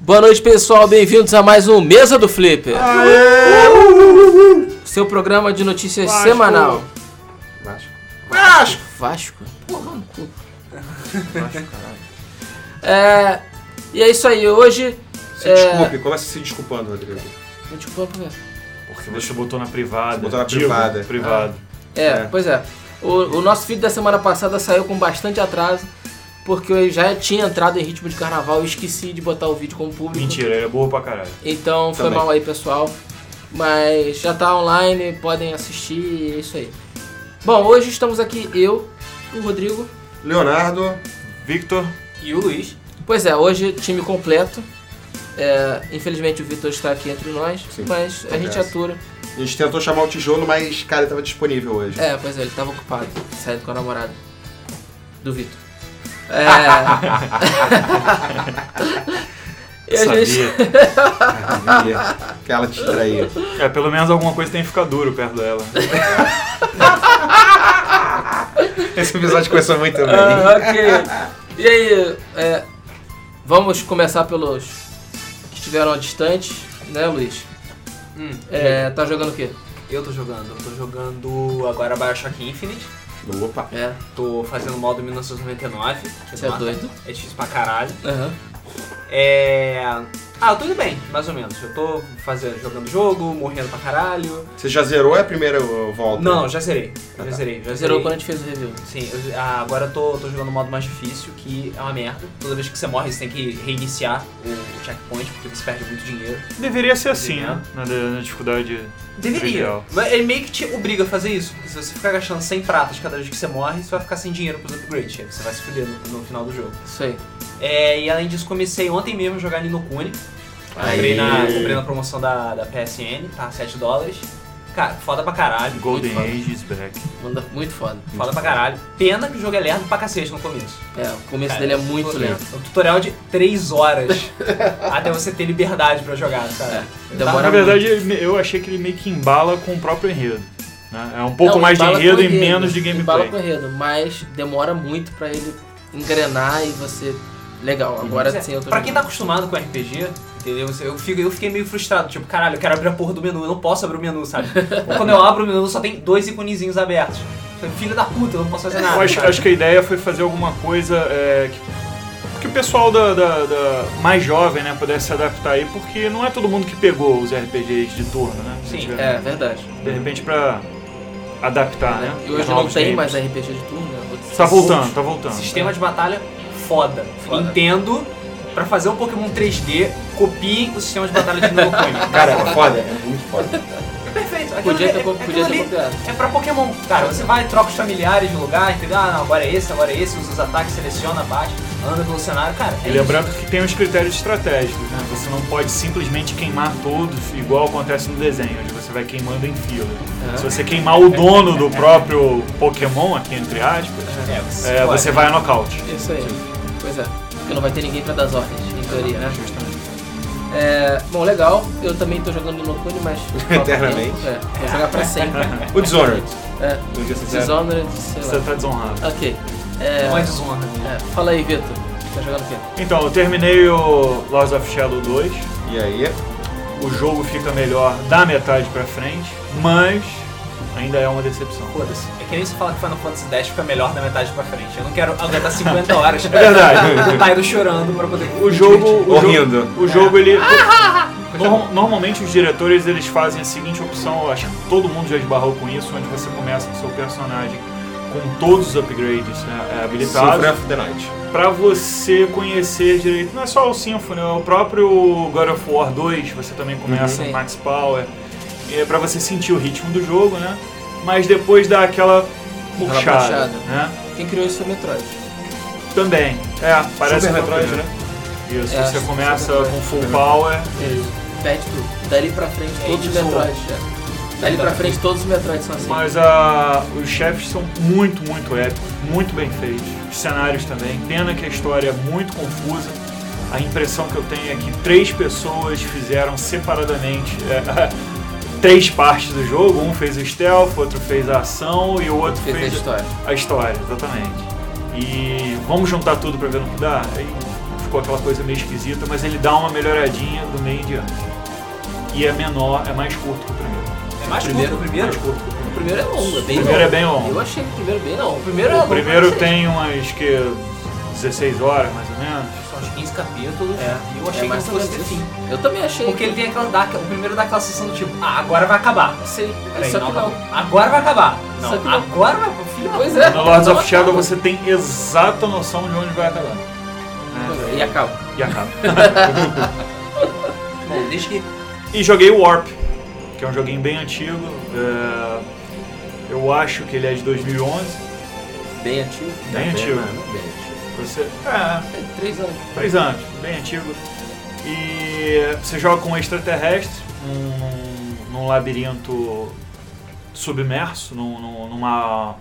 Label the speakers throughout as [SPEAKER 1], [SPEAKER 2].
[SPEAKER 1] Boa noite, pessoal. Bem-vindos a mais um Mesa do Flipper. Seu programa de notícias
[SPEAKER 2] Vasco.
[SPEAKER 1] semanal.
[SPEAKER 3] Vasco.
[SPEAKER 2] Vasco!
[SPEAKER 1] Vasco? Porra, no cu. Vasco, caralho. É, e é isso aí. Hoje.
[SPEAKER 3] Se
[SPEAKER 1] é,
[SPEAKER 3] desculpe, começa se desculpando, Rodrigo.
[SPEAKER 1] me desculpa, por quê?
[SPEAKER 4] Porque você botou na privada.
[SPEAKER 3] Você botou na
[SPEAKER 4] Digo,
[SPEAKER 3] privada.
[SPEAKER 4] privado.
[SPEAKER 1] É,
[SPEAKER 3] É.
[SPEAKER 1] pois é. O, o nosso vídeo da semana passada saiu com bastante atraso, porque eu já tinha entrado em ritmo de carnaval e esqueci de botar o vídeo como público.
[SPEAKER 4] Mentira, ele é burro pra caralho.
[SPEAKER 1] Então foi
[SPEAKER 3] Também.
[SPEAKER 1] mal aí, pessoal. Mas já tá online, podem assistir, é isso aí. Bom, hoje estamos aqui eu, o Rodrigo
[SPEAKER 3] Leonardo,
[SPEAKER 4] Victor,
[SPEAKER 1] e o Luiz. Pois é, hoje time completo. É, infelizmente o Vitor está aqui entre nós,
[SPEAKER 3] Sim,
[SPEAKER 1] mas a gente
[SPEAKER 3] acontece.
[SPEAKER 1] atura.
[SPEAKER 3] a gente tentou chamar o tijolo, mas, cara, ele tava disponível hoje.
[SPEAKER 1] É, pois é, ele tava ocupado, saindo com a namorada do Vitor. É. E a
[SPEAKER 4] sabia.
[SPEAKER 1] gente-
[SPEAKER 3] Sabia que ela distraía.
[SPEAKER 4] É, pelo menos alguma coisa tem que ficar duro perto dela.
[SPEAKER 3] Esse episódio começou muito bem.
[SPEAKER 1] Ah, ok. E aí, é, vamos começar pelos que estiveram distantes, né, Luiz?
[SPEAKER 2] Hum,
[SPEAKER 1] É, tá jogando o quê?
[SPEAKER 2] Eu tô jogando, eu tô jogando agora Bioshock Infinite.
[SPEAKER 3] Ah. Opa.
[SPEAKER 1] É,
[SPEAKER 2] Tô fazendo modo 1999. que
[SPEAKER 1] você é
[SPEAKER 2] mata.
[SPEAKER 1] doido.
[SPEAKER 2] É difícil pra caralho.
[SPEAKER 1] Aham.
[SPEAKER 2] É. Ah, tudo bem, mais ou menos. Eu tô fazendo, jogando jogo, morrendo pra caralho.
[SPEAKER 3] Você já zerou a primeira uh, volta?
[SPEAKER 2] Não, já zerei. Já
[SPEAKER 3] Ah, tá.
[SPEAKER 2] zerei, já
[SPEAKER 1] Zerou
[SPEAKER 2] zerei.
[SPEAKER 1] quando a gente fez o review.
[SPEAKER 2] Sim, eu- ah, agora eu tô, tô jogando o modo mais difícil, que é uma merda. Toda vez que você morre, você tem que reiniciar
[SPEAKER 1] Hum.
[SPEAKER 2] o checkpoint, porque você perde muito dinheiro.
[SPEAKER 4] Deveria ser assim, né? Na, na dificuldade.
[SPEAKER 2] Deveria.
[SPEAKER 4] Legal.
[SPEAKER 2] Mas ele meio que te obriga a fazer isso, porque se você ficar gastando 100 pratas cada vez que você morre, você vai ficar sem dinheiro pros upgrades. Aí você vai se fuder no, no final do jogo.
[SPEAKER 1] Isso aí.
[SPEAKER 2] É, e além disso, comecei ontem mesmo a jogar Nino Kuni.
[SPEAKER 3] Aí.
[SPEAKER 2] Comprei na, comprei na promoção da, da PSN, tá? 7 dólares. Cara, foda pra caralho.
[SPEAKER 4] Golden
[SPEAKER 1] Muito foda.
[SPEAKER 4] Age is back.
[SPEAKER 1] Manda muito foda.
[SPEAKER 2] Foda pra caralho. Pena que o jogo é lerdo pra cacete no começo.
[SPEAKER 1] É, o começo
[SPEAKER 2] Cara,
[SPEAKER 1] dele é
[SPEAKER 2] um
[SPEAKER 1] muito
[SPEAKER 2] tutorial-
[SPEAKER 1] lento.
[SPEAKER 2] Um tutorial de 3 horas até você ter liberdade pra jogar, sabe?
[SPEAKER 1] É, demora
[SPEAKER 4] Na verdade, ele me- eu achei que ele meio que embala com o próprio enredo. né? É um pouco
[SPEAKER 1] Não,
[SPEAKER 4] mais de
[SPEAKER 1] embala
[SPEAKER 4] enredo
[SPEAKER 1] com
[SPEAKER 4] e menos de
[SPEAKER 1] Embala com
[SPEAKER 4] gameplay.
[SPEAKER 1] enredo, mas demora muito pra ele engrenar e você... Legal, agora
[SPEAKER 2] Mas é,
[SPEAKER 1] sim eu tô
[SPEAKER 2] pra quem tá
[SPEAKER 1] jogando.
[SPEAKER 2] acostumado com RPG, entendeu? Eu, fico- eu fiquei meio frustrado, tipo, caralho, eu quero abrir a porra do menu, eu não posso abrir o menu, sabe? Ou quando eu abro o menu, só tem dois iconezinhos abertos. Falei, Filho da puta, eu não posso fazer
[SPEAKER 4] Eu
[SPEAKER 2] nada.
[SPEAKER 4] acho,
[SPEAKER 2] sabe?
[SPEAKER 4] acho que a ideia foi fazer alguma coisa é, que, que o pessoal da, da- da- mais jovem né, pudesse se adaptar aí, porque não é todo mundo que pegou os RPGs de turno, né? Se
[SPEAKER 2] Sim,
[SPEAKER 4] tiver-
[SPEAKER 1] É, verdade.
[SPEAKER 4] De repente pra
[SPEAKER 2] Ah,
[SPEAKER 4] adaptar, né?
[SPEAKER 1] E hoje não
[SPEAKER 4] Novos
[SPEAKER 1] tem mais
[SPEAKER 4] games.
[SPEAKER 1] RPG de turno, né?
[SPEAKER 4] Tá voltando, tá voltando.
[SPEAKER 2] Sistema de batalha foda.
[SPEAKER 1] Foda.
[SPEAKER 2] Nintendo, pra fazer um Pokémon 3D, copiem o sistema de batalha de Nino Kuni.
[SPEAKER 3] Cara, é foda, é muito foda.
[SPEAKER 2] Perfeito. Aquilo
[SPEAKER 1] Podia ter,
[SPEAKER 2] ali-
[SPEAKER 1] co-
[SPEAKER 2] aquilo
[SPEAKER 1] podia ter
[SPEAKER 2] ali
[SPEAKER 1] copiado.
[SPEAKER 2] É pra Pokémon, cara. Você vai, troca os familiares de lugar, entendeu? Ah, não, agora é esse, agora é esse, usa os ataques, seleciona, bate, anda pelo cenário, cara. É
[SPEAKER 4] E lembrando que tem os critérios estratégicos, né? Você não pode simplesmente queimar todos, igual acontece no desenho, onde você vai queimando em fila. Se você queimar o dono do próprio Pokémon, aqui entre aspas,
[SPEAKER 2] isso. É, você,
[SPEAKER 4] é,
[SPEAKER 2] pode.
[SPEAKER 4] você vai a nocaute.
[SPEAKER 1] Isso aí. Pois é. Porque não vai ter ninguém pra dar as ordens, em teoria, né? É, bom, legal. Eu também tô jogando no Kune, mas.
[SPEAKER 3] Eternamente.
[SPEAKER 1] É, vou jogar pra sempre.
[SPEAKER 3] O Dishonored.
[SPEAKER 1] É,
[SPEAKER 3] Um dia você zera.
[SPEAKER 1] Dishonored, sei
[SPEAKER 4] Você
[SPEAKER 1] lá.
[SPEAKER 4] tá desonrado.
[SPEAKER 1] Ok. É,
[SPEAKER 2] Uma né? desonra.
[SPEAKER 1] é, fala aí, Vitor. Tá jogando o quê?
[SPEAKER 4] Então, eu terminei o Lords of Shadow 2.
[SPEAKER 3] E aí?
[SPEAKER 4] O jogo fica melhor da metade pra frente, mas ainda é uma decepção.
[SPEAKER 2] Foda-se. É que nem você fala que Final Fantasy X fica melhor da metade pra frente. Eu não quero aguentar 50 horas. É
[SPEAKER 4] verdade.
[SPEAKER 2] Eu Tyro chorando pra poder.
[SPEAKER 4] O jogo. O
[SPEAKER 3] Ou
[SPEAKER 4] jogo,
[SPEAKER 3] rindo.
[SPEAKER 4] o jogo ele. Norm- normalmente os diretores eles fazem a seguinte opção, eu acho que todo mundo já esbarrou com isso, onde você começa com seu personagem com todos os upgrades né, é,
[SPEAKER 3] Symphony
[SPEAKER 4] habilitados
[SPEAKER 3] of the Night.
[SPEAKER 4] pra você conhecer direito. Não é só o Symphony, é o próprio God of War 2, você também começa
[SPEAKER 1] Uhum.
[SPEAKER 4] com Max Power, é para você sentir o ritmo do jogo, né? Mas depois dá aquela murchada,
[SPEAKER 1] puxada.
[SPEAKER 4] né?
[SPEAKER 1] Quem criou isso foi Metroid.
[SPEAKER 4] Também. É, parece
[SPEAKER 3] Super
[SPEAKER 4] Metroid,
[SPEAKER 3] Metroid,
[SPEAKER 4] né? Isso,
[SPEAKER 1] É,
[SPEAKER 4] você
[SPEAKER 1] Super
[SPEAKER 4] começa
[SPEAKER 1] Metroid.
[SPEAKER 4] com full power.
[SPEAKER 1] Isso. Perde tudo. Dali pra frente,
[SPEAKER 2] É,
[SPEAKER 1] todos os
[SPEAKER 2] isso.
[SPEAKER 1] Metroids. É. Dali pra frente, todos os Metroids são assim.
[SPEAKER 4] Mas a, os chefes são muito, muito épicos, muito bem feitos. Os cenários também. Pena que a história é muito confusa. A impressão que eu tenho é que três pessoas fizeram separadamente é, três partes do jogo. Um fez o stealth, outro fez a ação e o outro
[SPEAKER 1] Fez a
[SPEAKER 4] fez
[SPEAKER 1] história.
[SPEAKER 4] a história, exatamente. E vamos juntar tudo pra ver no que dá? Aí ficou aquela coisa meio esquisita, mas ele dá uma melhoradinha do meio em diante. E é menor, é mais curto que o primeiro.
[SPEAKER 2] É mais curto que o primeiro?
[SPEAKER 4] Mais curto que o primeiro.
[SPEAKER 1] O primeiro é longo, é bem
[SPEAKER 4] O primeiro é
[SPEAKER 1] longo.
[SPEAKER 4] bem longo.
[SPEAKER 1] Eu achei o primeiro bem
[SPEAKER 2] Não,
[SPEAKER 1] longo.
[SPEAKER 2] o primeiro é
[SPEAKER 4] O primeiro tem umas que 16 horas mais ou menos.
[SPEAKER 2] São uns 15 capítulos.
[SPEAKER 1] É,
[SPEAKER 2] E eu achei
[SPEAKER 1] é
[SPEAKER 2] que não
[SPEAKER 1] mais ou menos
[SPEAKER 2] fosse ter
[SPEAKER 1] isso.
[SPEAKER 2] fim.
[SPEAKER 1] Eu também achei.
[SPEAKER 2] Porque ele tem aquela. Dá, o primeiro dá aquela sensação do tipo, ah, agora vai acabar.
[SPEAKER 1] Sei,
[SPEAKER 2] Peraí,
[SPEAKER 1] só que não.
[SPEAKER 2] acabou. Agora vai acabar. Não,
[SPEAKER 1] Só que não.
[SPEAKER 2] agora vai. Filho,
[SPEAKER 1] Pois é.
[SPEAKER 4] No Lords
[SPEAKER 1] Não
[SPEAKER 4] of Shadow
[SPEAKER 1] acaba.
[SPEAKER 4] você tem exata noção de onde vai acabar. Né?
[SPEAKER 1] E acaba.
[SPEAKER 4] E acaba.
[SPEAKER 1] É,
[SPEAKER 2] Bom, deixa que.
[SPEAKER 4] E joguei o Warp, que é um joguinho bem antigo. é, Eu acho que ele é de 2011.
[SPEAKER 1] Bem antigo.
[SPEAKER 3] Tá
[SPEAKER 4] Bem antigo.
[SPEAKER 3] né?
[SPEAKER 1] Bem antigo.
[SPEAKER 4] Você... É,
[SPEAKER 1] É, três anos.
[SPEAKER 4] três anos, bem antigo. E você joga com um extraterrestre num, num labirinto submerso, num- num- numa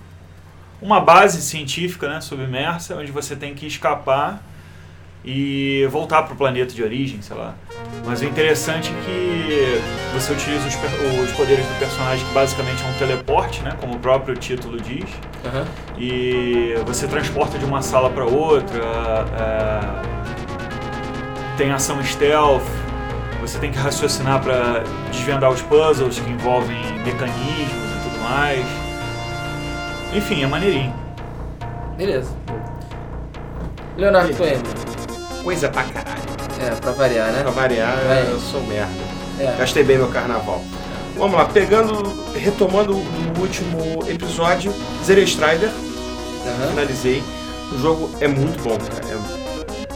[SPEAKER 4] uma base científica né, submersa, onde você tem que escapar e voltar para o planeta de origem, sei lá. Mas o interessante é que você utiliza os, per- os poderes do personagem, que basicamente é um teleporte, né, como o próprio título diz
[SPEAKER 1] Aham.
[SPEAKER 4] e você transporta de uma sala para outra, é, tem ação stealth, você tem que raciocinar para desvendar os puzzles que envolvem mecanismos e tudo mais. Enfim, é maneirinho.
[SPEAKER 1] Beleza. Leonardo
[SPEAKER 3] Ih.
[SPEAKER 1] Coelho.
[SPEAKER 3] Coisa pra caralho.
[SPEAKER 1] É, pra variar,
[SPEAKER 3] Pra
[SPEAKER 1] né?
[SPEAKER 3] variar,
[SPEAKER 1] Vai.
[SPEAKER 3] eu sou um merda.
[SPEAKER 1] É.
[SPEAKER 3] Gastei bem meu carnaval. Vamos lá, pegando, retomando o último episódio, Zero Strider,
[SPEAKER 1] Aham.
[SPEAKER 3] finalizei. O jogo é muito bom, cara. É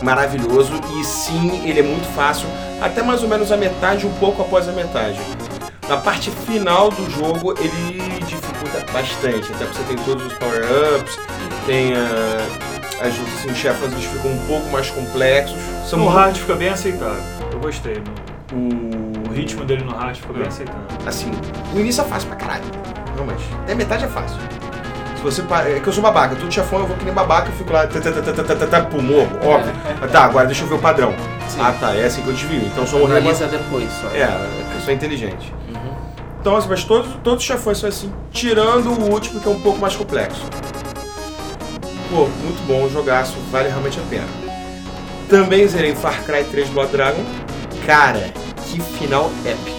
[SPEAKER 3] maravilhoso e sim, ele é muito fácil, até mais ou menos a metade, um pouco após a metade. Na parte final do jogo, ele dificulta bastante, até porque você tem todos os power-ups, tem ah, as lutas em chefas, eles ficam um pouco mais complexos. São
[SPEAKER 4] No
[SPEAKER 3] muito-
[SPEAKER 4] hard fica bem aceitável. Eu gostei. no-
[SPEAKER 3] o
[SPEAKER 4] O ritmo dele no hard ficou bem aceitável.
[SPEAKER 3] Assim, o início é fácil pra caralho. Realmente. Até metade é fácil. Se você pa- É que eu sou babaca, tudo chafão, eu vou que nem babaca, eu fico lá, tá, tá, tá, tá, tá, tá, tá, pô, morro, óbvio. Mas tá, agora deixa eu ver o padrão.
[SPEAKER 1] Sim.
[SPEAKER 3] Ah tá, é assim que eu desvio. Então eu sou um
[SPEAKER 1] Analisa depois só.
[SPEAKER 3] É, eu sou inteligente.
[SPEAKER 1] Uhum.
[SPEAKER 3] Então, assim, mas todos, todos os chafões são assim, tirando o último que é um pouco mais complexo. Pô, muito bom, um jogaço, vale realmente a pena. Também zerei Far Cry 3 Blood Dragon. Cara, que final
[SPEAKER 1] É.
[SPEAKER 3] épico.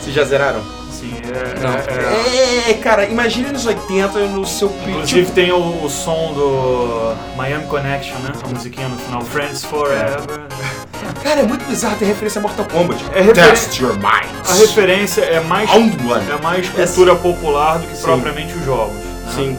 [SPEAKER 3] Vocês já zeraram?
[SPEAKER 4] Sim, é-
[SPEAKER 1] Não.
[SPEAKER 4] é- é-
[SPEAKER 3] É, cara, imagina nos 80 no seu
[SPEAKER 4] Inclusive tem o, o som do Miami Connection, né? A musiquinha no final. Friends Forever.
[SPEAKER 3] Tipo, Cara, é muito bizarro ter referência a Mortal Kombat.
[SPEAKER 4] É referência-
[SPEAKER 3] Test your
[SPEAKER 4] A
[SPEAKER 3] minds. um
[SPEAKER 4] referência é mais
[SPEAKER 3] Round one.
[SPEAKER 4] é mais cultura popular do que
[SPEAKER 3] Sim.
[SPEAKER 4] propriamente os jogos. né?
[SPEAKER 3] Sim.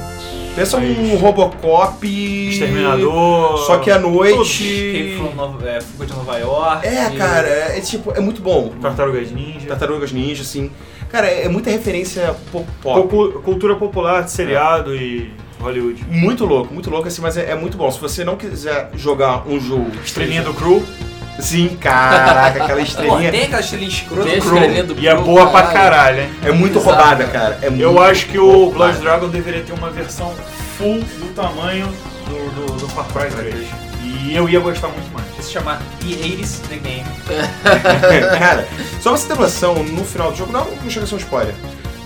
[SPEAKER 3] Pensa um Robocop.
[SPEAKER 4] É Exterminador.
[SPEAKER 3] Só que à
[SPEAKER 2] Escape
[SPEAKER 3] noite.
[SPEAKER 2] from Nova, é, Fuga de Nova York.
[SPEAKER 3] É,
[SPEAKER 2] e-
[SPEAKER 3] cara, é tipo, é muito bom.
[SPEAKER 4] Tartarugas Ninja.
[SPEAKER 3] Tartarugas Ninja, assim. Cara, é muita referência pop. pop.
[SPEAKER 4] Popu- Cultura popular de seriado e Hollywood.
[SPEAKER 3] Muito louco, muito louco assim, mas é, é muito bom. Se você não quiser jogar um jogo.
[SPEAKER 4] Estrelinha do Crew.
[SPEAKER 3] Sim, caraca, aquela
[SPEAKER 2] Pô,
[SPEAKER 3] estrelinha.
[SPEAKER 2] tem aquela estrelinha escrota.
[SPEAKER 1] Tem
[SPEAKER 2] do
[SPEAKER 1] a
[SPEAKER 2] Crow.
[SPEAKER 1] estrelinha do
[SPEAKER 4] E é
[SPEAKER 1] Crow,
[SPEAKER 4] boa pra
[SPEAKER 1] caralho.
[SPEAKER 4] caralho, hein?
[SPEAKER 3] É muito
[SPEAKER 1] Exato,
[SPEAKER 3] roubada,
[SPEAKER 1] cara.
[SPEAKER 3] cara. É muito
[SPEAKER 4] Eu acho que o
[SPEAKER 3] roubada.
[SPEAKER 4] Blood Dragon deveria ter uma versão full do tamanho do, do, do Far Cry 3. E eu ia gostar muito mais.
[SPEAKER 2] Se chamar The 80s The Game.
[SPEAKER 3] Cara, só pra você ter noção, no final do jogo, não, não chega a ser um spoiler.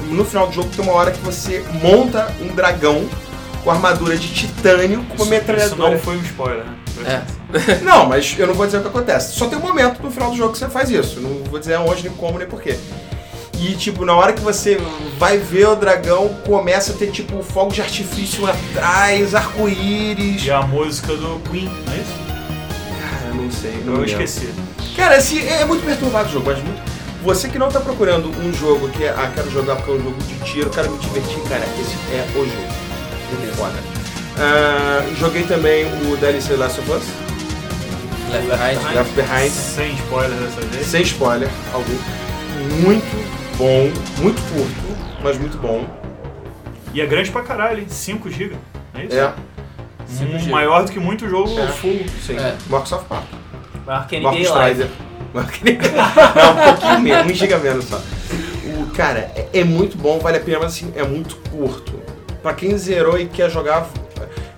[SPEAKER 3] No final do jogo tem uma hora que você monta um dragão com armadura de titânio com uma
[SPEAKER 4] Isso não
[SPEAKER 3] metralhadora.
[SPEAKER 4] foi um spoiler, né? Presta
[SPEAKER 1] É.
[SPEAKER 4] atenção.
[SPEAKER 3] Não, mas eu não vou dizer o que acontece. Só tem um momento no final do jogo que você faz isso. Não vou dizer onde, nem como, nem porquê. E, tipo, na hora que você vai ver o dragão, começa a ter, tipo, fogo de artifício atrás, arco-íris.
[SPEAKER 4] E a música do Queen, não é isso?
[SPEAKER 3] Cara, eu não sei. Não
[SPEAKER 4] Eu
[SPEAKER 3] lembro.
[SPEAKER 4] esqueci.
[SPEAKER 3] Cara, assim, é muito perturbado o jogo, mas muito. Você que não tá procurando um jogo que é, ah, quero jogar porque é um jogo de tiro, quero me divertir, cara, esse é o jogo. Ele é foda. Ah, joguei também o DLC Last of Us,
[SPEAKER 1] Left Behind.
[SPEAKER 3] Left Behind,
[SPEAKER 4] Sem spoiler dessa vez.
[SPEAKER 3] sem spoiler algum. Muito bom, muito curto, mas muito bom.
[SPEAKER 4] E é grande pra caralho, hein? 5 GB. É isso?
[SPEAKER 3] É,
[SPEAKER 4] Um
[SPEAKER 1] 5G.
[SPEAKER 4] maior do que muito jogo
[SPEAKER 3] É.
[SPEAKER 4] full.
[SPEAKER 3] sim.
[SPEAKER 1] É.
[SPEAKER 3] Marcos of Park.
[SPEAKER 2] Mark
[SPEAKER 3] Marco
[SPEAKER 2] NBA Live.
[SPEAKER 3] Strider. Marco- Não, um pouquinho menos, um giga menos só. O, cara, é, é muito bom, vale a pena, mas assim, é muito curto. Pra quem zerou e quer jogar,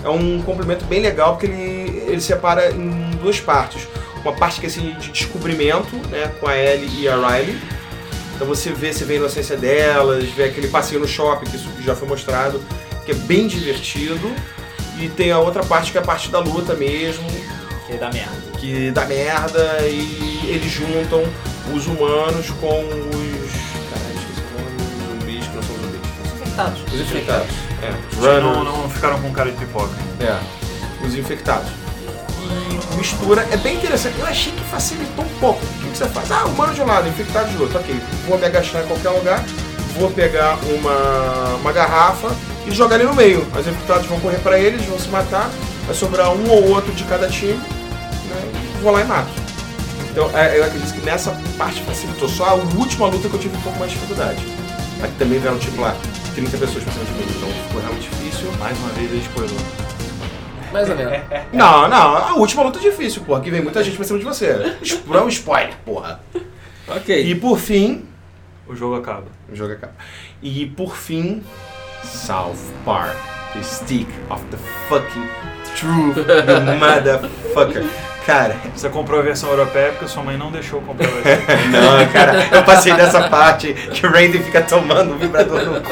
[SPEAKER 3] é um complemento bem legal, porque ele, ele separa em duas partes. Uma parte que é assim, de descobrimento, né, com a Ellie e a Riley. Então você vê, você vê a inocência delas, vê aquele passeio no shopping, que isso já foi mostrado, que é bem divertido. E tem a outra parte que é a parte da luta mesmo,
[SPEAKER 2] Que Que dá merda.
[SPEAKER 3] que dá merda e eles juntam os humanos com os. Caralho, esqueci o nome, os zumbis que não são zumbis.
[SPEAKER 2] Os infectados.
[SPEAKER 3] Os infectados. É. Os
[SPEAKER 4] Não, não ficaram com cara de pipoca.
[SPEAKER 3] É. Os infectados. E tipo, mistura. É bem interessante. Eu achei que facilitou um pouco. O que, que você faz? Ah, humano de um lado, infectado de outro. Ok, vou me agachar em qualquer lugar, vou pegar uma, uma garrafa e jogar ali no meio. Os infectados vão correr pra eles, vão se matar, vai sobrar um ou outro de cada time, né? E vou lá e mato. Então, é, eu acredito que nessa parte facilitou. Só a última luta que eu tive um pouco mais de dificuldade. Aqui também vieram, tipo, lá, 30 pessoas pra cima de mim, então ficou realmente difícil.
[SPEAKER 4] É Mais uma vez ele spoilou.
[SPEAKER 1] Mais ou menos.
[SPEAKER 3] Não, não, a última luta é difícil, porra, que vem muita gente pra cima de você. Não é um spoiler, porra.
[SPEAKER 1] Ok.
[SPEAKER 3] E por fim.
[SPEAKER 4] O jogo acaba.
[SPEAKER 3] O jogo acaba. E por fim. South Park. The stick of the fucking true motherfucker. Cara,
[SPEAKER 4] Você comprou a versão europeia porque sua mãe não deixou eu comprar a versão.
[SPEAKER 3] não, cara, eu passei dessa parte que o Randy fica tomando um vibrador no cu.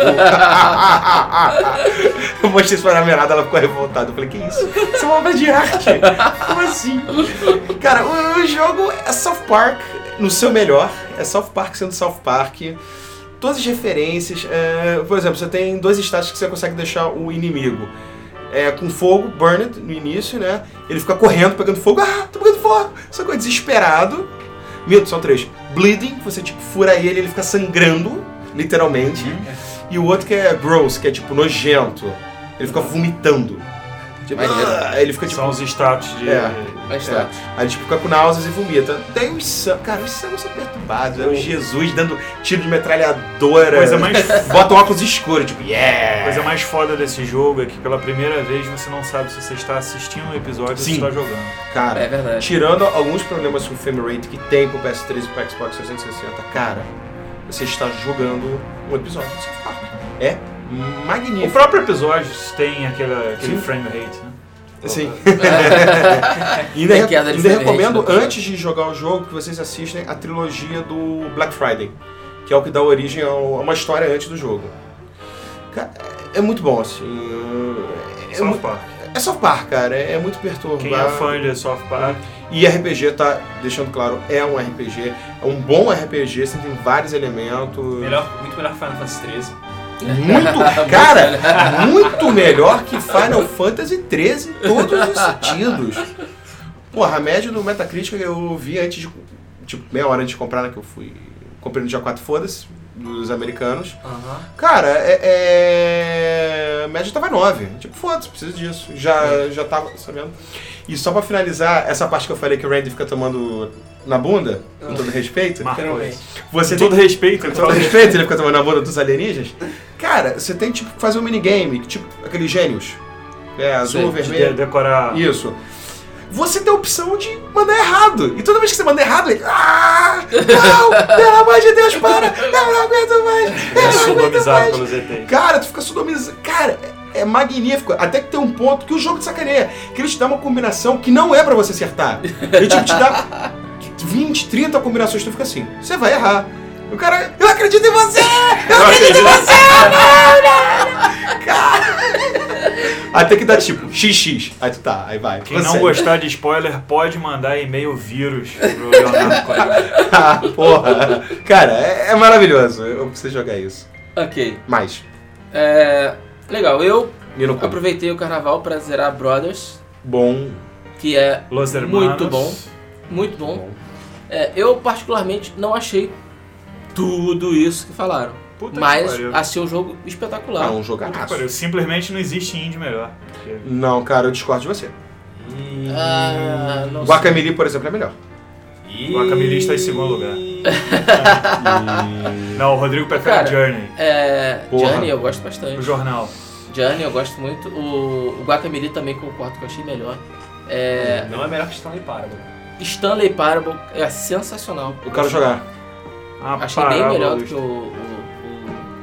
[SPEAKER 3] Eu mostrei isso pra namorada, ela ficou revoltada. Eu falei, que isso? Isso é uma obra de arte. Como assim? Cara, o, o jogo é South Park no seu melhor. É South Park sendo South Park. Todas as referências. é, por exemplo, você tem dois status que você consegue deixar o inimigo. É, com fogo, Burned, no início, né? Ele fica correndo, pegando fogo. Ah, tô pegando fogo! Só que é desesperado. Mito, são três. Bleeding, que você tipo fura ele, ele fica sangrando, literalmente.
[SPEAKER 4] Uhum.
[SPEAKER 3] E o outro que é gross, que é tipo nojento. Ele fica vomitando. Tipo,
[SPEAKER 1] Maneiro.
[SPEAKER 3] "Ah", ele fica tipo.
[SPEAKER 4] São os status de.
[SPEAKER 3] É.
[SPEAKER 1] Mas
[SPEAKER 3] É.
[SPEAKER 1] tá.
[SPEAKER 3] Aí ele tipo, fica com náuseas e vomita. Tem os Sam. Cara, os Sam são perturbados. É o Jesus dando tiro de metralhadora.
[SPEAKER 4] Uhum. Coisa mais
[SPEAKER 3] Bota um óculos escuro, tipo, yeah!
[SPEAKER 4] A coisa mais foda desse jogo é que pela primeira vez você não sabe se você está assistindo um episódio ou se
[SPEAKER 3] Sim.
[SPEAKER 4] está jogando.
[SPEAKER 3] Cara,
[SPEAKER 1] É verdade.
[SPEAKER 3] tirando alguns problemas com o frame rate que tem pro PS3 e pro Xbox 360, cara, você está jogando um episódio do South Park. É magnífico.
[SPEAKER 4] O próprio episódio tem aquele, aquele
[SPEAKER 3] Sim.
[SPEAKER 4] frame rate, né?
[SPEAKER 3] Sim. E
[SPEAKER 1] Tem
[SPEAKER 3] ainda,
[SPEAKER 1] É, queda
[SPEAKER 3] ainda
[SPEAKER 1] diferente
[SPEAKER 3] recomendo,
[SPEAKER 1] do que-
[SPEAKER 3] antes de jogar o jogo, que vocês assistem a trilogia do Black Friday, que é o que dá origem ao- a uma história antes do jogo. Ca- É muito bom, assim. É,
[SPEAKER 4] South
[SPEAKER 3] muito-
[SPEAKER 4] Park.
[SPEAKER 3] é South Park, cara. É muito perturbado.
[SPEAKER 4] Quem é fã de South Park
[SPEAKER 3] E RPG, tá deixando claro, é um RPG. É um bom RPG, você tem vários elementos.
[SPEAKER 2] Melhor, muito melhor que Final Fantasy XIII.
[SPEAKER 3] Muito, cara, muito melhor que Final Fantasy XIII em todos os sentidos. Porra, a média do Metacritic eu vi antes de. Tipo, meia hora antes de comprar, né? Que eu fui. Comprei no dia 4, foda-se, dos americanos.
[SPEAKER 2] Aham.
[SPEAKER 3] Cara, é. é- A média tava 9. Tipo, foda-se, preciso disso. Já, já tava tá sabendo. E só pra finalizar, essa parte que eu falei que o Randy fica tomando na bunda, com todo respeito.
[SPEAKER 4] marcou
[SPEAKER 2] Literalmente.
[SPEAKER 4] isso.
[SPEAKER 3] Você
[SPEAKER 4] Com
[SPEAKER 3] tem
[SPEAKER 4] todo respeito,
[SPEAKER 3] com todo respeito, ele fica tomando a bunda dos alienígenas. Cara, você tem tipo que fazer um minigame, tipo aqueles gênios. É, azul,
[SPEAKER 1] Sei, de
[SPEAKER 4] de de-
[SPEAKER 3] vermelho.
[SPEAKER 4] decorar
[SPEAKER 3] Isso. Você tem a opção de mandar errado. E toda vez que você manda errado, ele. Ah! Não! Pelo amor de Deus, para! Eu não aguento mais! Eu
[SPEAKER 4] é
[SPEAKER 3] não aguento
[SPEAKER 4] sodomizado
[SPEAKER 3] mais!
[SPEAKER 4] pelos ETs.
[SPEAKER 3] Cara, tu fica sodomizando. Cara, é é magnífico. Até que tem um ponto que o jogo te sacaneia. Que ele te dá uma combinação que não é pra você acertar. Ele tipo, te dá 20, 30 combinações. Tu fica assim, você vai errar. E O cara, eu acredito em você! Eu acredito em você! Não, não, não. Cara. Até que dá tipo, XX. Aí tu tá, aí vai.
[SPEAKER 4] Quem não
[SPEAKER 3] Você-
[SPEAKER 4] gostar de spoiler pode mandar e-mail vírus pro Leonardo Coelho.
[SPEAKER 3] Ah, porra. Cara, é, é maravilhoso. Eu preciso jogar isso.
[SPEAKER 1] Ok.
[SPEAKER 3] Mais.
[SPEAKER 1] É, legal, eu
[SPEAKER 3] Nino Kuni.
[SPEAKER 1] aproveitei o carnaval pra zerar Brothers,
[SPEAKER 3] Bom.
[SPEAKER 1] que é
[SPEAKER 4] Los Hermanos.
[SPEAKER 1] muito bom. Muito bom. É, eu, particularmente, não achei tudo isso que falaram.
[SPEAKER 4] Puta
[SPEAKER 1] mas
[SPEAKER 4] que pariu.
[SPEAKER 1] achei um jogo espetacular.
[SPEAKER 3] É um
[SPEAKER 4] Puta que
[SPEAKER 3] jogaço.
[SPEAKER 4] pariu. Simplesmente não existe indie melhor.
[SPEAKER 3] Não, cara, eu discordo de você.
[SPEAKER 4] Hum.
[SPEAKER 1] Ah, não sei.
[SPEAKER 3] Guacamole, por exemplo, é melhor.
[SPEAKER 2] E...
[SPEAKER 4] Guacamole está é em segundo lugar. Não, o Rodrigo prefere
[SPEAKER 1] Cara.
[SPEAKER 4] Journey.
[SPEAKER 1] É,
[SPEAKER 3] Porra.
[SPEAKER 1] Journey eu gosto
[SPEAKER 4] O
[SPEAKER 1] bastante.
[SPEAKER 4] jornal.
[SPEAKER 1] Journey eu gosto muito. O, o Guacamole também concordo que eu achei melhor. É,
[SPEAKER 2] Não é melhor que Stanley Parable.
[SPEAKER 1] Stanley Parable é sensacional.
[SPEAKER 3] Eu quero jogar.
[SPEAKER 4] Ah,
[SPEAKER 1] Achei bem melhor do que o, o,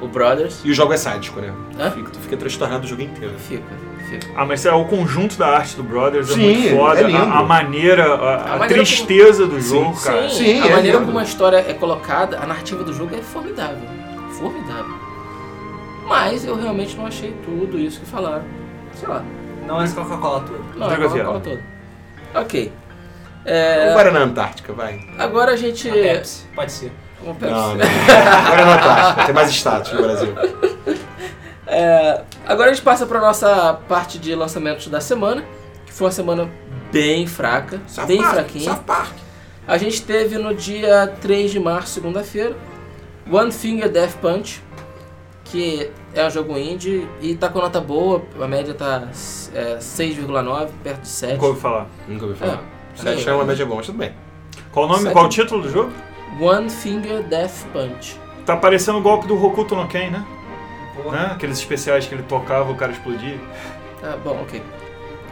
[SPEAKER 1] o- o Brothers.
[SPEAKER 3] E o jogo é sádico, né?
[SPEAKER 1] Hã?
[SPEAKER 3] Fica, tu fica transtornado o jogo inteiro.
[SPEAKER 1] Fica, fica.
[SPEAKER 4] Ah, mas é o conjunto da arte do Brothers
[SPEAKER 3] Sim,
[SPEAKER 4] é muito foda.
[SPEAKER 3] é lindo.
[SPEAKER 4] A, a maneira, a, a
[SPEAKER 1] maneira
[SPEAKER 4] tristeza do jogo, cara.
[SPEAKER 1] Sim,
[SPEAKER 3] Sim,
[SPEAKER 1] a
[SPEAKER 3] é
[SPEAKER 1] maneira
[SPEAKER 3] lindo.
[SPEAKER 1] como a história é colocada, a narrativa do jogo é formidável. Formidável. Mas eu realmente não achei tudo isso que falaram. Sei lá.
[SPEAKER 2] Não é essa Coca-Cola toda.
[SPEAKER 1] Não,
[SPEAKER 4] Droga
[SPEAKER 1] eu
[SPEAKER 4] fiel.
[SPEAKER 1] colo todo. Ok. É.
[SPEAKER 3] Um Guaraná Antártica, vai.
[SPEAKER 1] Agora a gente.
[SPEAKER 2] A Pepsi, pode ser.
[SPEAKER 1] Uma Pepsi.
[SPEAKER 3] Não, não. Guaraná Antártica, tem mais status no Brasil.
[SPEAKER 1] É, agora a gente passa pra nossa parte de lançamentos da semana, que foi uma semana bem fraca,
[SPEAKER 3] South
[SPEAKER 1] bem
[SPEAKER 3] Park,
[SPEAKER 1] fraquinha.
[SPEAKER 3] South Park.
[SPEAKER 1] A gente teve no dia 3 de março, segunda-feira, One Finger Death Punch, que é um jogo indie e tá com nota boa, a média tá é, 6,9, perto de 7.
[SPEAKER 4] Nunca ouvi falar.
[SPEAKER 3] Nunca ouvi falar.
[SPEAKER 1] É.
[SPEAKER 3] Sete é uma média boa, mas tudo bem.
[SPEAKER 4] Qual o nome?
[SPEAKER 1] Sete.
[SPEAKER 4] Qual o título do jogo?
[SPEAKER 1] One Finger Death Punch.
[SPEAKER 4] Tá parecendo o golpe do Hokuto no Ken, né?
[SPEAKER 2] Porra.
[SPEAKER 4] né? Aqueles especiais que ele tocava, o cara explodia.
[SPEAKER 1] Tá bom, ok.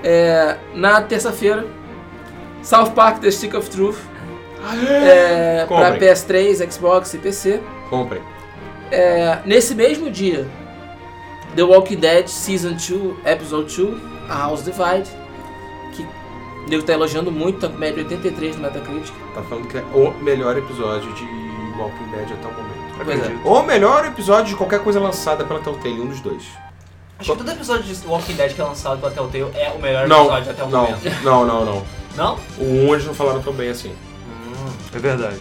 [SPEAKER 1] É, na terça-feira, South Park The Stick of Truth. É, pra
[SPEAKER 3] Comprem.
[SPEAKER 1] PS3, Xbox e PC.
[SPEAKER 3] Comprem.
[SPEAKER 1] É, nesse mesmo dia, The Walking Dead Season 2, Episode 2, A House Divide, que o nego tá elogiando muito, tá com média 83 no Metacritic.
[SPEAKER 3] Tá falando que é o melhor episódio de Walking Dead até o momento.
[SPEAKER 1] Pois é.
[SPEAKER 4] Acredito.
[SPEAKER 3] O melhor episódio de qualquer coisa lançada pela Telltale, um dos dois.
[SPEAKER 2] Acho que todo episódio de Walking Dead que é lançado pela Telltale é o melhor
[SPEAKER 3] não,
[SPEAKER 2] episódio até o
[SPEAKER 3] não,
[SPEAKER 2] momento.
[SPEAKER 3] não, não, não.
[SPEAKER 2] Não?
[SPEAKER 3] O 1 eles não falaram tão bem assim.
[SPEAKER 4] É verdade.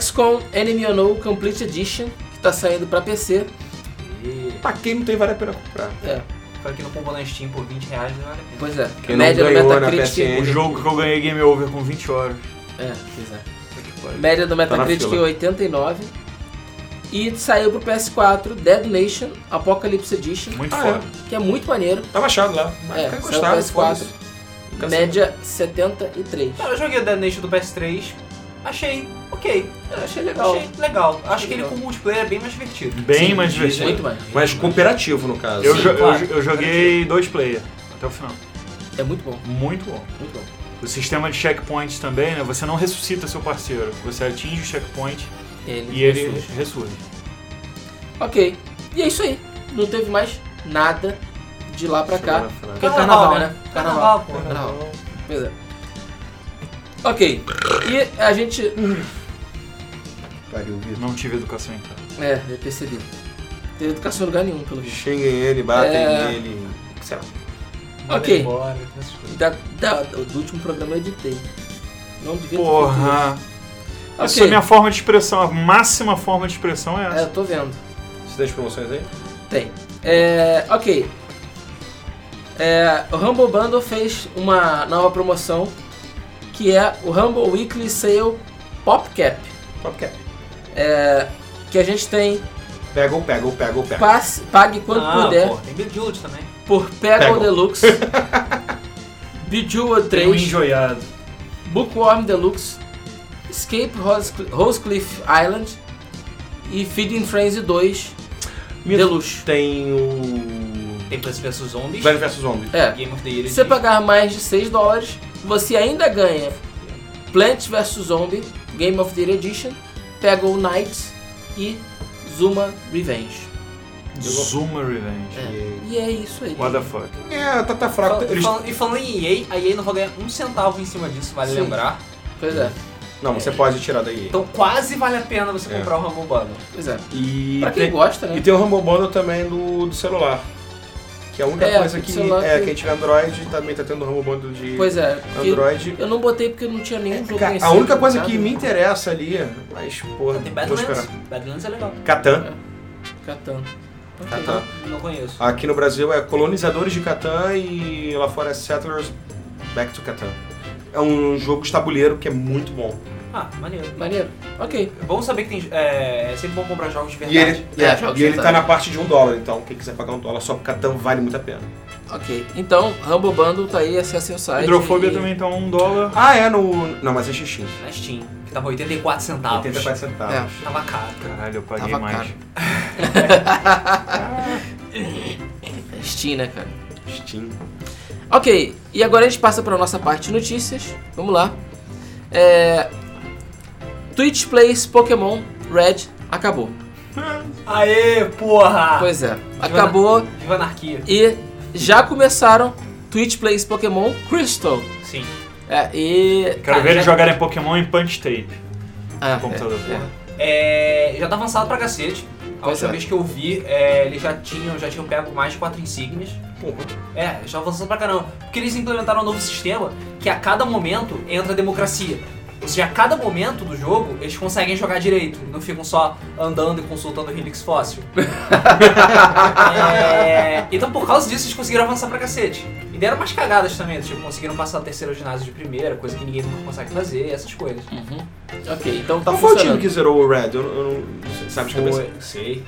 [SPEAKER 1] XCOM Enemy Unknown Complete Edition, que tá saindo pra PC.
[SPEAKER 3] Pra quem não tem, vale a pena comprar.
[SPEAKER 1] É,
[SPEAKER 2] Pra quem não comprou na Steam por 20 reais, não vale a pena.
[SPEAKER 1] pois é.
[SPEAKER 3] Quem
[SPEAKER 1] a
[SPEAKER 3] não
[SPEAKER 1] média
[SPEAKER 3] ganhou
[SPEAKER 1] do
[SPEAKER 3] na
[SPEAKER 1] Metacritic.
[SPEAKER 3] PSN.
[SPEAKER 4] O jogo que eu ganhei Game Over com 20 horas.
[SPEAKER 1] É, pois é. Média do Metacritic
[SPEAKER 3] Tá fila.
[SPEAKER 1] 89. E saiu pro PS4 Dead Nation Apocalypse Edition,
[SPEAKER 4] Muito
[SPEAKER 3] Ah,
[SPEAKER 4] foda.
[SPEAKER 1] que é muito maneiro.
[SPEAKER 3] Tá baixado lá. Mas
[SPEAKER 1] É,
[SPEAKER 3] fica
[SPEAKER 1] saiu
[SPEAKER 3] encostado,
[SPEAKER 1] PS4.
[SPEAKER 3] foda-se. Fica assim, né?
[SPEAKER 1] Média 73.
[SPEAKER 2] Cara, eu joguei o Dead Nation do PS3, achei ok.
[SPEAKER 3] Ah,
[SPEAKER 1] Eu achei legal.
[SPEAKER 2] Achei legal. Acho que ele
[SPEAKER 1] Legal.
[SPEAKER 2] com multiplayer é bem mais divertido.
[SPEAKER 4] Bem
[SPEAKER 3] Sim,
[SPEAKER 4] mais
[SPEAKER 3] sim.
[SPEAKER 4] divertido.
[SPEAKER 1] Muito mais.
[SPEAKER 3] assim. Mas cooperativo, no caso.
[SPEAKER 4] Eu,
[SPEAKER 2] Sim,
[SPEAKER 4] jo- eu
[SPEAKER 2] claro.
[SPEAKER 4] jo- eu joguei dois player até o final.
[SPEAKER 1] É muito bom,
[SPEAKER 4] Muito bom.
[SPEAKER 1] muito bom.
[SPEAKER 4] O sistema de checkpoints também, né? Você não ressuscita seu parceiro. Você atinge o checkpoint
[SPEAKER 1] Ele
[SPEAKER 4] e ele
[SPEAKER 1] ressurge.
[SPEAKER 4] ressurge.
[SPEAKER 1] Ok. E é isso aí. Não teve mais nada de lá pra cá.
[SPEAKER 3] Semana
[SPEAKER 1] Porque é
[SPEAKER 2] Carnaval,
[SPEAKER 1] carnaval, né?
[SPEAKER 2] né?
[SPEAKER 1] Carnaval.
[SPEAKER 2] Carnaval, pô.
[SPEAKER 1] Carnaval. Pois é. Ok. E a gente.
[SPEAKER 3] Pariu, Vitor.
[SPEAKER 4] Não tive educação em casa.
[SPEAKER 1] É, eu percebi. Não teve educação em lugar nenhum, pelo visto.
[SPEAKER 3] Xinguem ele, batem
[SPEAKER 1] É.
[SPEAKER 3] nele. Sei lá.
[SPEAKER 2] Manda
[SPEAKER 1] Ok.
[SPEAKER 2] embora, essas coisas.
[SPEAKER 1] Da, da- do último programa eu editei. Não devia ter feito
[SPEAKER 4] Porra!
[SPEAKER 1] isso.
[SPEAKER 4] Essa
[SPEAKER 1] Ok.
[SPEAKER 4] é a minha forma de expressão. A máxima forma de expressão é
[SPEAKER 1] É,
[SPEAKER 4] essa.
[SPEAKER 1] eu tô vendo.
[SPEAKER 3] Você tem as promoções aí?
[SPEAKER 1] Tem. É, ok. É, o Humble Bundle fez uma nova promoção que é o Humble Weekly Sale Popcap.
[SPEAKER 3] Qualquer.
[SPEAKER 1] Que a gente tem
[SPEAKER 3] Pega ou pega ou pega ou pega.
[SPEAKER 1] passe, pague quando
[SPEAKER 2] ah,
[SPEAKER 1] puder
[SPEAKER 2] Pô, tem Bill Jude também.
[SPEAKER 1] por Peggle
[SPEAKER 3] Peggle.
[SPEAKER 1] Deluxe, Bejeweled
[SPEAKER 4] Tem um
[SPEAKER 1] 3,
[SPEAKER 4] enjoiado.
[SPEAKER 1] Bookworm Deluxe, Escape Rose- Rosecliff Island e Feeding Frenzy 2 Deluxe.
[SPEAKER 3] Tem o.
[SPEAKER 2] Tem Plants vs Zombies.
[SPEAKER 3] Velho vs Zombie.
[SPEAKER 1] É.
[SPEAKER 2] Game of the Year.
[SPEAKER 1] Se você pagar mais de 6 dólares, você ainda ganha Plants vs Zombie, Game of the Year Edition, Peggle Knights e Zuma Revenge.
[SPEAKER 4] Zuma Revenge.
[SPEAKER 1] É. E é isso aí.
[SPEAKER 4] What the fuck?
[SPEAKER 3] É, tá, tá fraco.
[SPEAKER 2] Fal-
[SPEAKER 3] Eles-
[SPEAKER 2] fal- E falando em EA, a EA não vai ganhar um centavo em cima disso, vale
[SPEAKER 1] Sim.
[SPEAKER 2] lembrar.
[SPEAKER 1] Pois é,
[SPEAKER 3] Não, você pode tirar daí.
[SPEAKER 2] Então quase vale a pena você
[SPEAKER 3] É.
[SPEAKER 2] comprar o Rumble Bundle.
[SPEAKER 1] pois é.
[SPEAKER 3] E
[SPEAKER 1] Pra quem
[SPEAKER 3] tem,
[SPEAKER 1] gosta, né?
[SPEAKER 3] e tem o Rumble Bundle também do, do celular. Que é a única
[SPEAKER 1] É,
[SPEAKER 3] coisa
[SPEAKER 1] do
[SPEAKER 3] que.
[SPEAKER 1] celular
[SPEAKER 3] É,
[SPEAKER 1] que-
[SPEAKER 3] quem tiver Android também tá tendo o Rumble Bundle de
[SPEAKER 1] Pois é. porque
[SPEAKER 3] Android.
[SPEAKER 1] Eu não botei porque não tinha nenhum jogo né?
[SPEAKER 3] Cara,
[SPEAKER 1] conhecido,
[SPEAKER 3] a única coisa
[SPEAKER 1] nada.
[SPEAKER 3] que me interessa ali, mas, porra,
[SPEAKER 2] Tem
[SPEAKER 3] vou
[SPEAKER 2] Badlands.
[SPEAKER 3] esperar.
[SPEAKER 2] Badlands é legal.
[SPEAKER 3] Catan.
[SPEAKER 1] Catan. Ok.
[SPEAKER 3] Catan.
[SPEAKER 2] Não conheço.
[SPEAKER 3] Aqui no Brasil é Colonizadores de Catan e lá fora é Settlers Back to Catan. É um jogo de tabuleiro que é muito bom.
[SPEAKER 2] Ah, maneiro.
[SPEAKER 1] Maneiro. Ok.
[SPEAKER 2] Bom saber que tem. É, é sempre bom comprar jogos de
[SPEAKER 3] E
[SPEAKER 2] verdade.
[SPEAKER 3] ele,
[SPEAKER 1] É,
[SPEAKER 3] é,
[SPEAKER 1] jogos
[SPEAKER 3] e ele
[SPEAKER 1] de
[SPEAKER 3] tá
[SPEAKER 1] tabuleiro.
[SPEAKER 3] na parte de um dólar, então quem quiser pagar um dólar só pro Catan vale muito a pena.
[SPEAKER 1] Ok. Então, Rambo Bundle tá aí, acessem o site.
[SPEAKER 4] Hidrofobia
[SPEAKER 1] e-
[SPEAKER 4] também tá um dólar.
[SPEAKER 3] Ah, é no. Não, mas é xixi.
[SPEAKER 2] Na Steam, que tava 84 centavos.
[SPEAKER 3] 84 centavos.
[SPEAKER 2] Tava caro.
[SPEAKER 4] Caralho, eu paguei
[SPEAKER 1] Tava
[SPEAKER 4] mais.
[SPEAKER 1] Steam, né, cara?
[SPEAKER 3] Steam.
[SPEAKER 1] Ok. E agora a gente passa pra nossa parte de notícias. Vamos lá. É... Twitch Plays Pokémon Red acabou.
[SPEAKER 2] Aê, porra!
[SPEAKER 1] Pois é. Acabou
[SPEAKER 2] Viva a anarquia.
[SPEAKER 1] e já começaram Twitch Plays Pokémon Crystal.
[SPEAKER 2] Sim.
[SPEAKER 1] É, e...
[SPEAKER 4] Quero ver eles jogarem Pokémon em Punch Tape.
[SPEAKER 1] Ah,
[SPEAKER 4] computador.
[SPEAKER 1] é, é.
[SPEAKER 2] É, já tá avançado pra cacete. A última
[SPEAKER 3] Exato.
[SPEAKER 2] vez que eu vi, é, eles já tinham, já tinham pego mais quatro insígnias. É, eles estavam avançando pra caramba. Porque eles implementaram um novo sistema que a cada momento entra a democracia. Ou seja, a cada momento do jogo, eles conseguem jogar direito. Não ficam só andando e consultando o Helix Fóssil. É, então, por causa disso, eles conseguiram avançar pra cacete. E deram umas cagadas também. Tipo, conseguiram passar o terceiro ginásio de primeira, coisa que ninguém nunca consegue fazer, essas coisas.
[SPEAKER 1] Ok, então tá
[SPEAKER 3] Qual foi o time
[SPEAKER 1] funcionando.
[SPEAKER 3] que zerou o Red? Eu, eu não sabe Tá de cabeça.
[SPEAKER 2] Foi- Sei.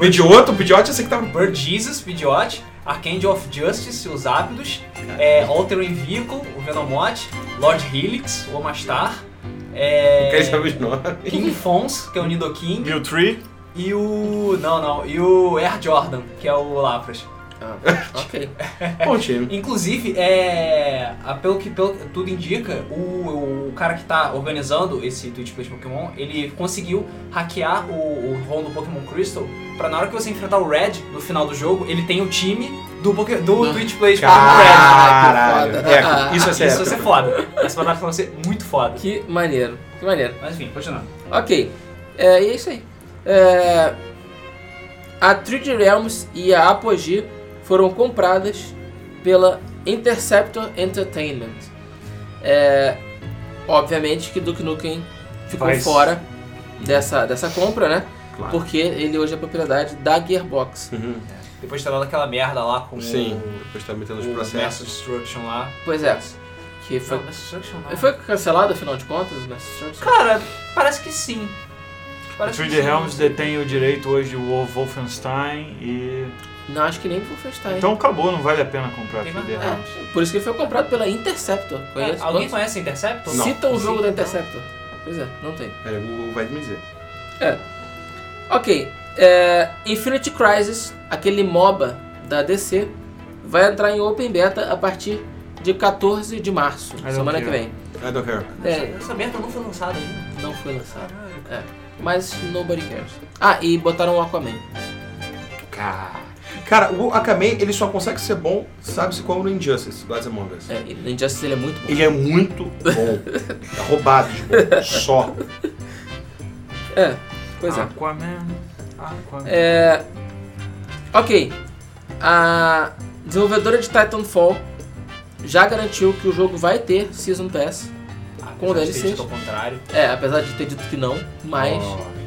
[SPEAKER 3] O Idioto, o Pidiote, eu sei que tá um tava.
[SPEAKER 2] Bird Jesus, Pidgeot, Archangel of Justice, os Ápidos, é, Altering Vehicle, o Venomoth, Lord Helix, o Amastar, é,
[SPEAKER 3] Quem sabe os nomes?
[SPEAKER 2] King Fons, que é o Nidoking,
[SPEAKER 4] Mewtree,
[SPEAKER 2] e o... não, não, e o Air Jordan, que é o Lapras.
[SPEAKER 1] Ah, ok.
[SPEAKER 3] Bom time.
[SPEAKER 2] Inclusive, é, a- pelo, que, pelo que tudo indica, o, o cara que tá organizando esse Twitch Play de Pokémon, ele conseguiu hackear o, o ROM do Pokémon Crystal, pra na hora que você enfrentar o Red, no final do jogo, ele tem o time do, Poké- do
[SPEAKER 1] Ah.
[SPEAKER 2] Twitch Play de Pokémon Red.
[SPEAKER 3] Caralho.
[SPEAKER 1] foda.
[SPEAKER 3] É, isso vai ser
[SPEAKER 2] Isso vai
[SPEAKER 3] épico.
[SPEAKER 2] ser foda. Essa batalha vai ser muito foda.
[SPEAKER 1] Que maneiro, que maneiro.
[SPEAKER 2] Mas enfim, continuando.
[SPEAKER 1] Ah. Ok, é, e é isso aí. É, a 3D Realms e a Apogee foram compradas pela Interceptor Entertainment. É, obviamente que Duke Nukem ficou
[SPEAKER 4] Vai.
[SPEAKER 1] fora dessa, dessa compra, né?
[SPEAKER 3] Claro.
[SPEAKER 1] Porque ele hoje é propriedade da Gearbox.
[SPEAKER 3] Uhum.
[SPEAKER 2] Depois de ter dado aquela merda lá com
[SPEAKER 3] Sim.
[SPEAKER 2] o,
[SPEAKER 3] Depois tá metendo os
[SPEAKER 2] o Mass
[SPEAKER 3] processos.
[SPEAKER 2] Destruction lá.
[SPEAKER 1] Pois é, que
[SPEAKER 2] Não,
[SPEAKER 1] foi,
[SPEAKER 2] Mass Destruction né? lá.
[SPEAKER 1] foi cancelado afinal de contas, Mass Destruction?
[SPEAKER 2] Cara, parece que sim.
[SPEAKER 4] a
[SPEAKER 2] Parece que
[SPEAKER 4] 3D
[SPEAKER 2] sim.
[SPEAKER 4] Realms detém o direito hoje do Wolfenstein e...
[SPEAKER 1] Não, acho que nem foi festar,
[SPEAKER 4] Então acabou, não vale a pena comprar a
[SPEAKER 2] Tem
[SPEAKER 4] 3D
[SPEAKER 2] mais-
[SPEAKER 4] Realms.
[SPEAKER 1] Por isso que ele foi comprado pela Interceptor.
[SPEAKER 2] É,
[SPEAKER 1] Conhece?
[SPEAKER 2] alguém conhece Interceptor?
[SPEAKER 3] Não.
[SPEAKER 1] Cita o jogo
[SPEAKER 2] Sim,
[SPEAKER 1] da
[SPEAKER 2] não.
[SPEAKER 1] Interceptor. Pois é, não tem.
[SPEAKER 3] Pera, o Google vai me dizer.
[SPEAKER 1] Ok, é, Infinity Crisis, aquele MOBA da DC, vai entrar em Open Beta a partir de 14 de março,
[SPEAKER 4] don't
[SPEAKER 1] semana que
[SPEAKER 4] care.
[SPEAKER 1] vem.
[SPEAKER 3] I don't care.
[SPEAKER 1] É.
[SPEAKER 2] Essa, essa merda então não foi lançada ainda. tá?
[SPEAKER 1] Não foi lançado.
[SPEAKER 2] Caralho.
[SPEAKER 1] É, mas nobody cares. Ah, e botaram o Aquaman.
[SPEAKER 3] Cara. Cara, o Akame, ele só consegue ser bom, sabe-se como no Injustice, Gods Among Us.
[SPEAKER 1] É, e no Injustice ele é muito bom.
[SPEAKER 3] Ele é muito bom. É roubado de bom. Só.
[SPEAKER 1] É, pois
[SPEAKER 4] Ah.
[SPEAKER 1] é.
[SPEAKER 4] Aquaman, Aquaman.
[SPEAKER 1] É, Ok. A desenvolvedora de Titanfall já garantiu que o jogo vai ter Season Pass. Com
[SPEAKER 2] Apesar de
[SPEAKER 1] DLCs.
[SPEAKER 2] ter dito ao contrário.
[SPEAKER 1] É, apesar de ter dito que não, mas.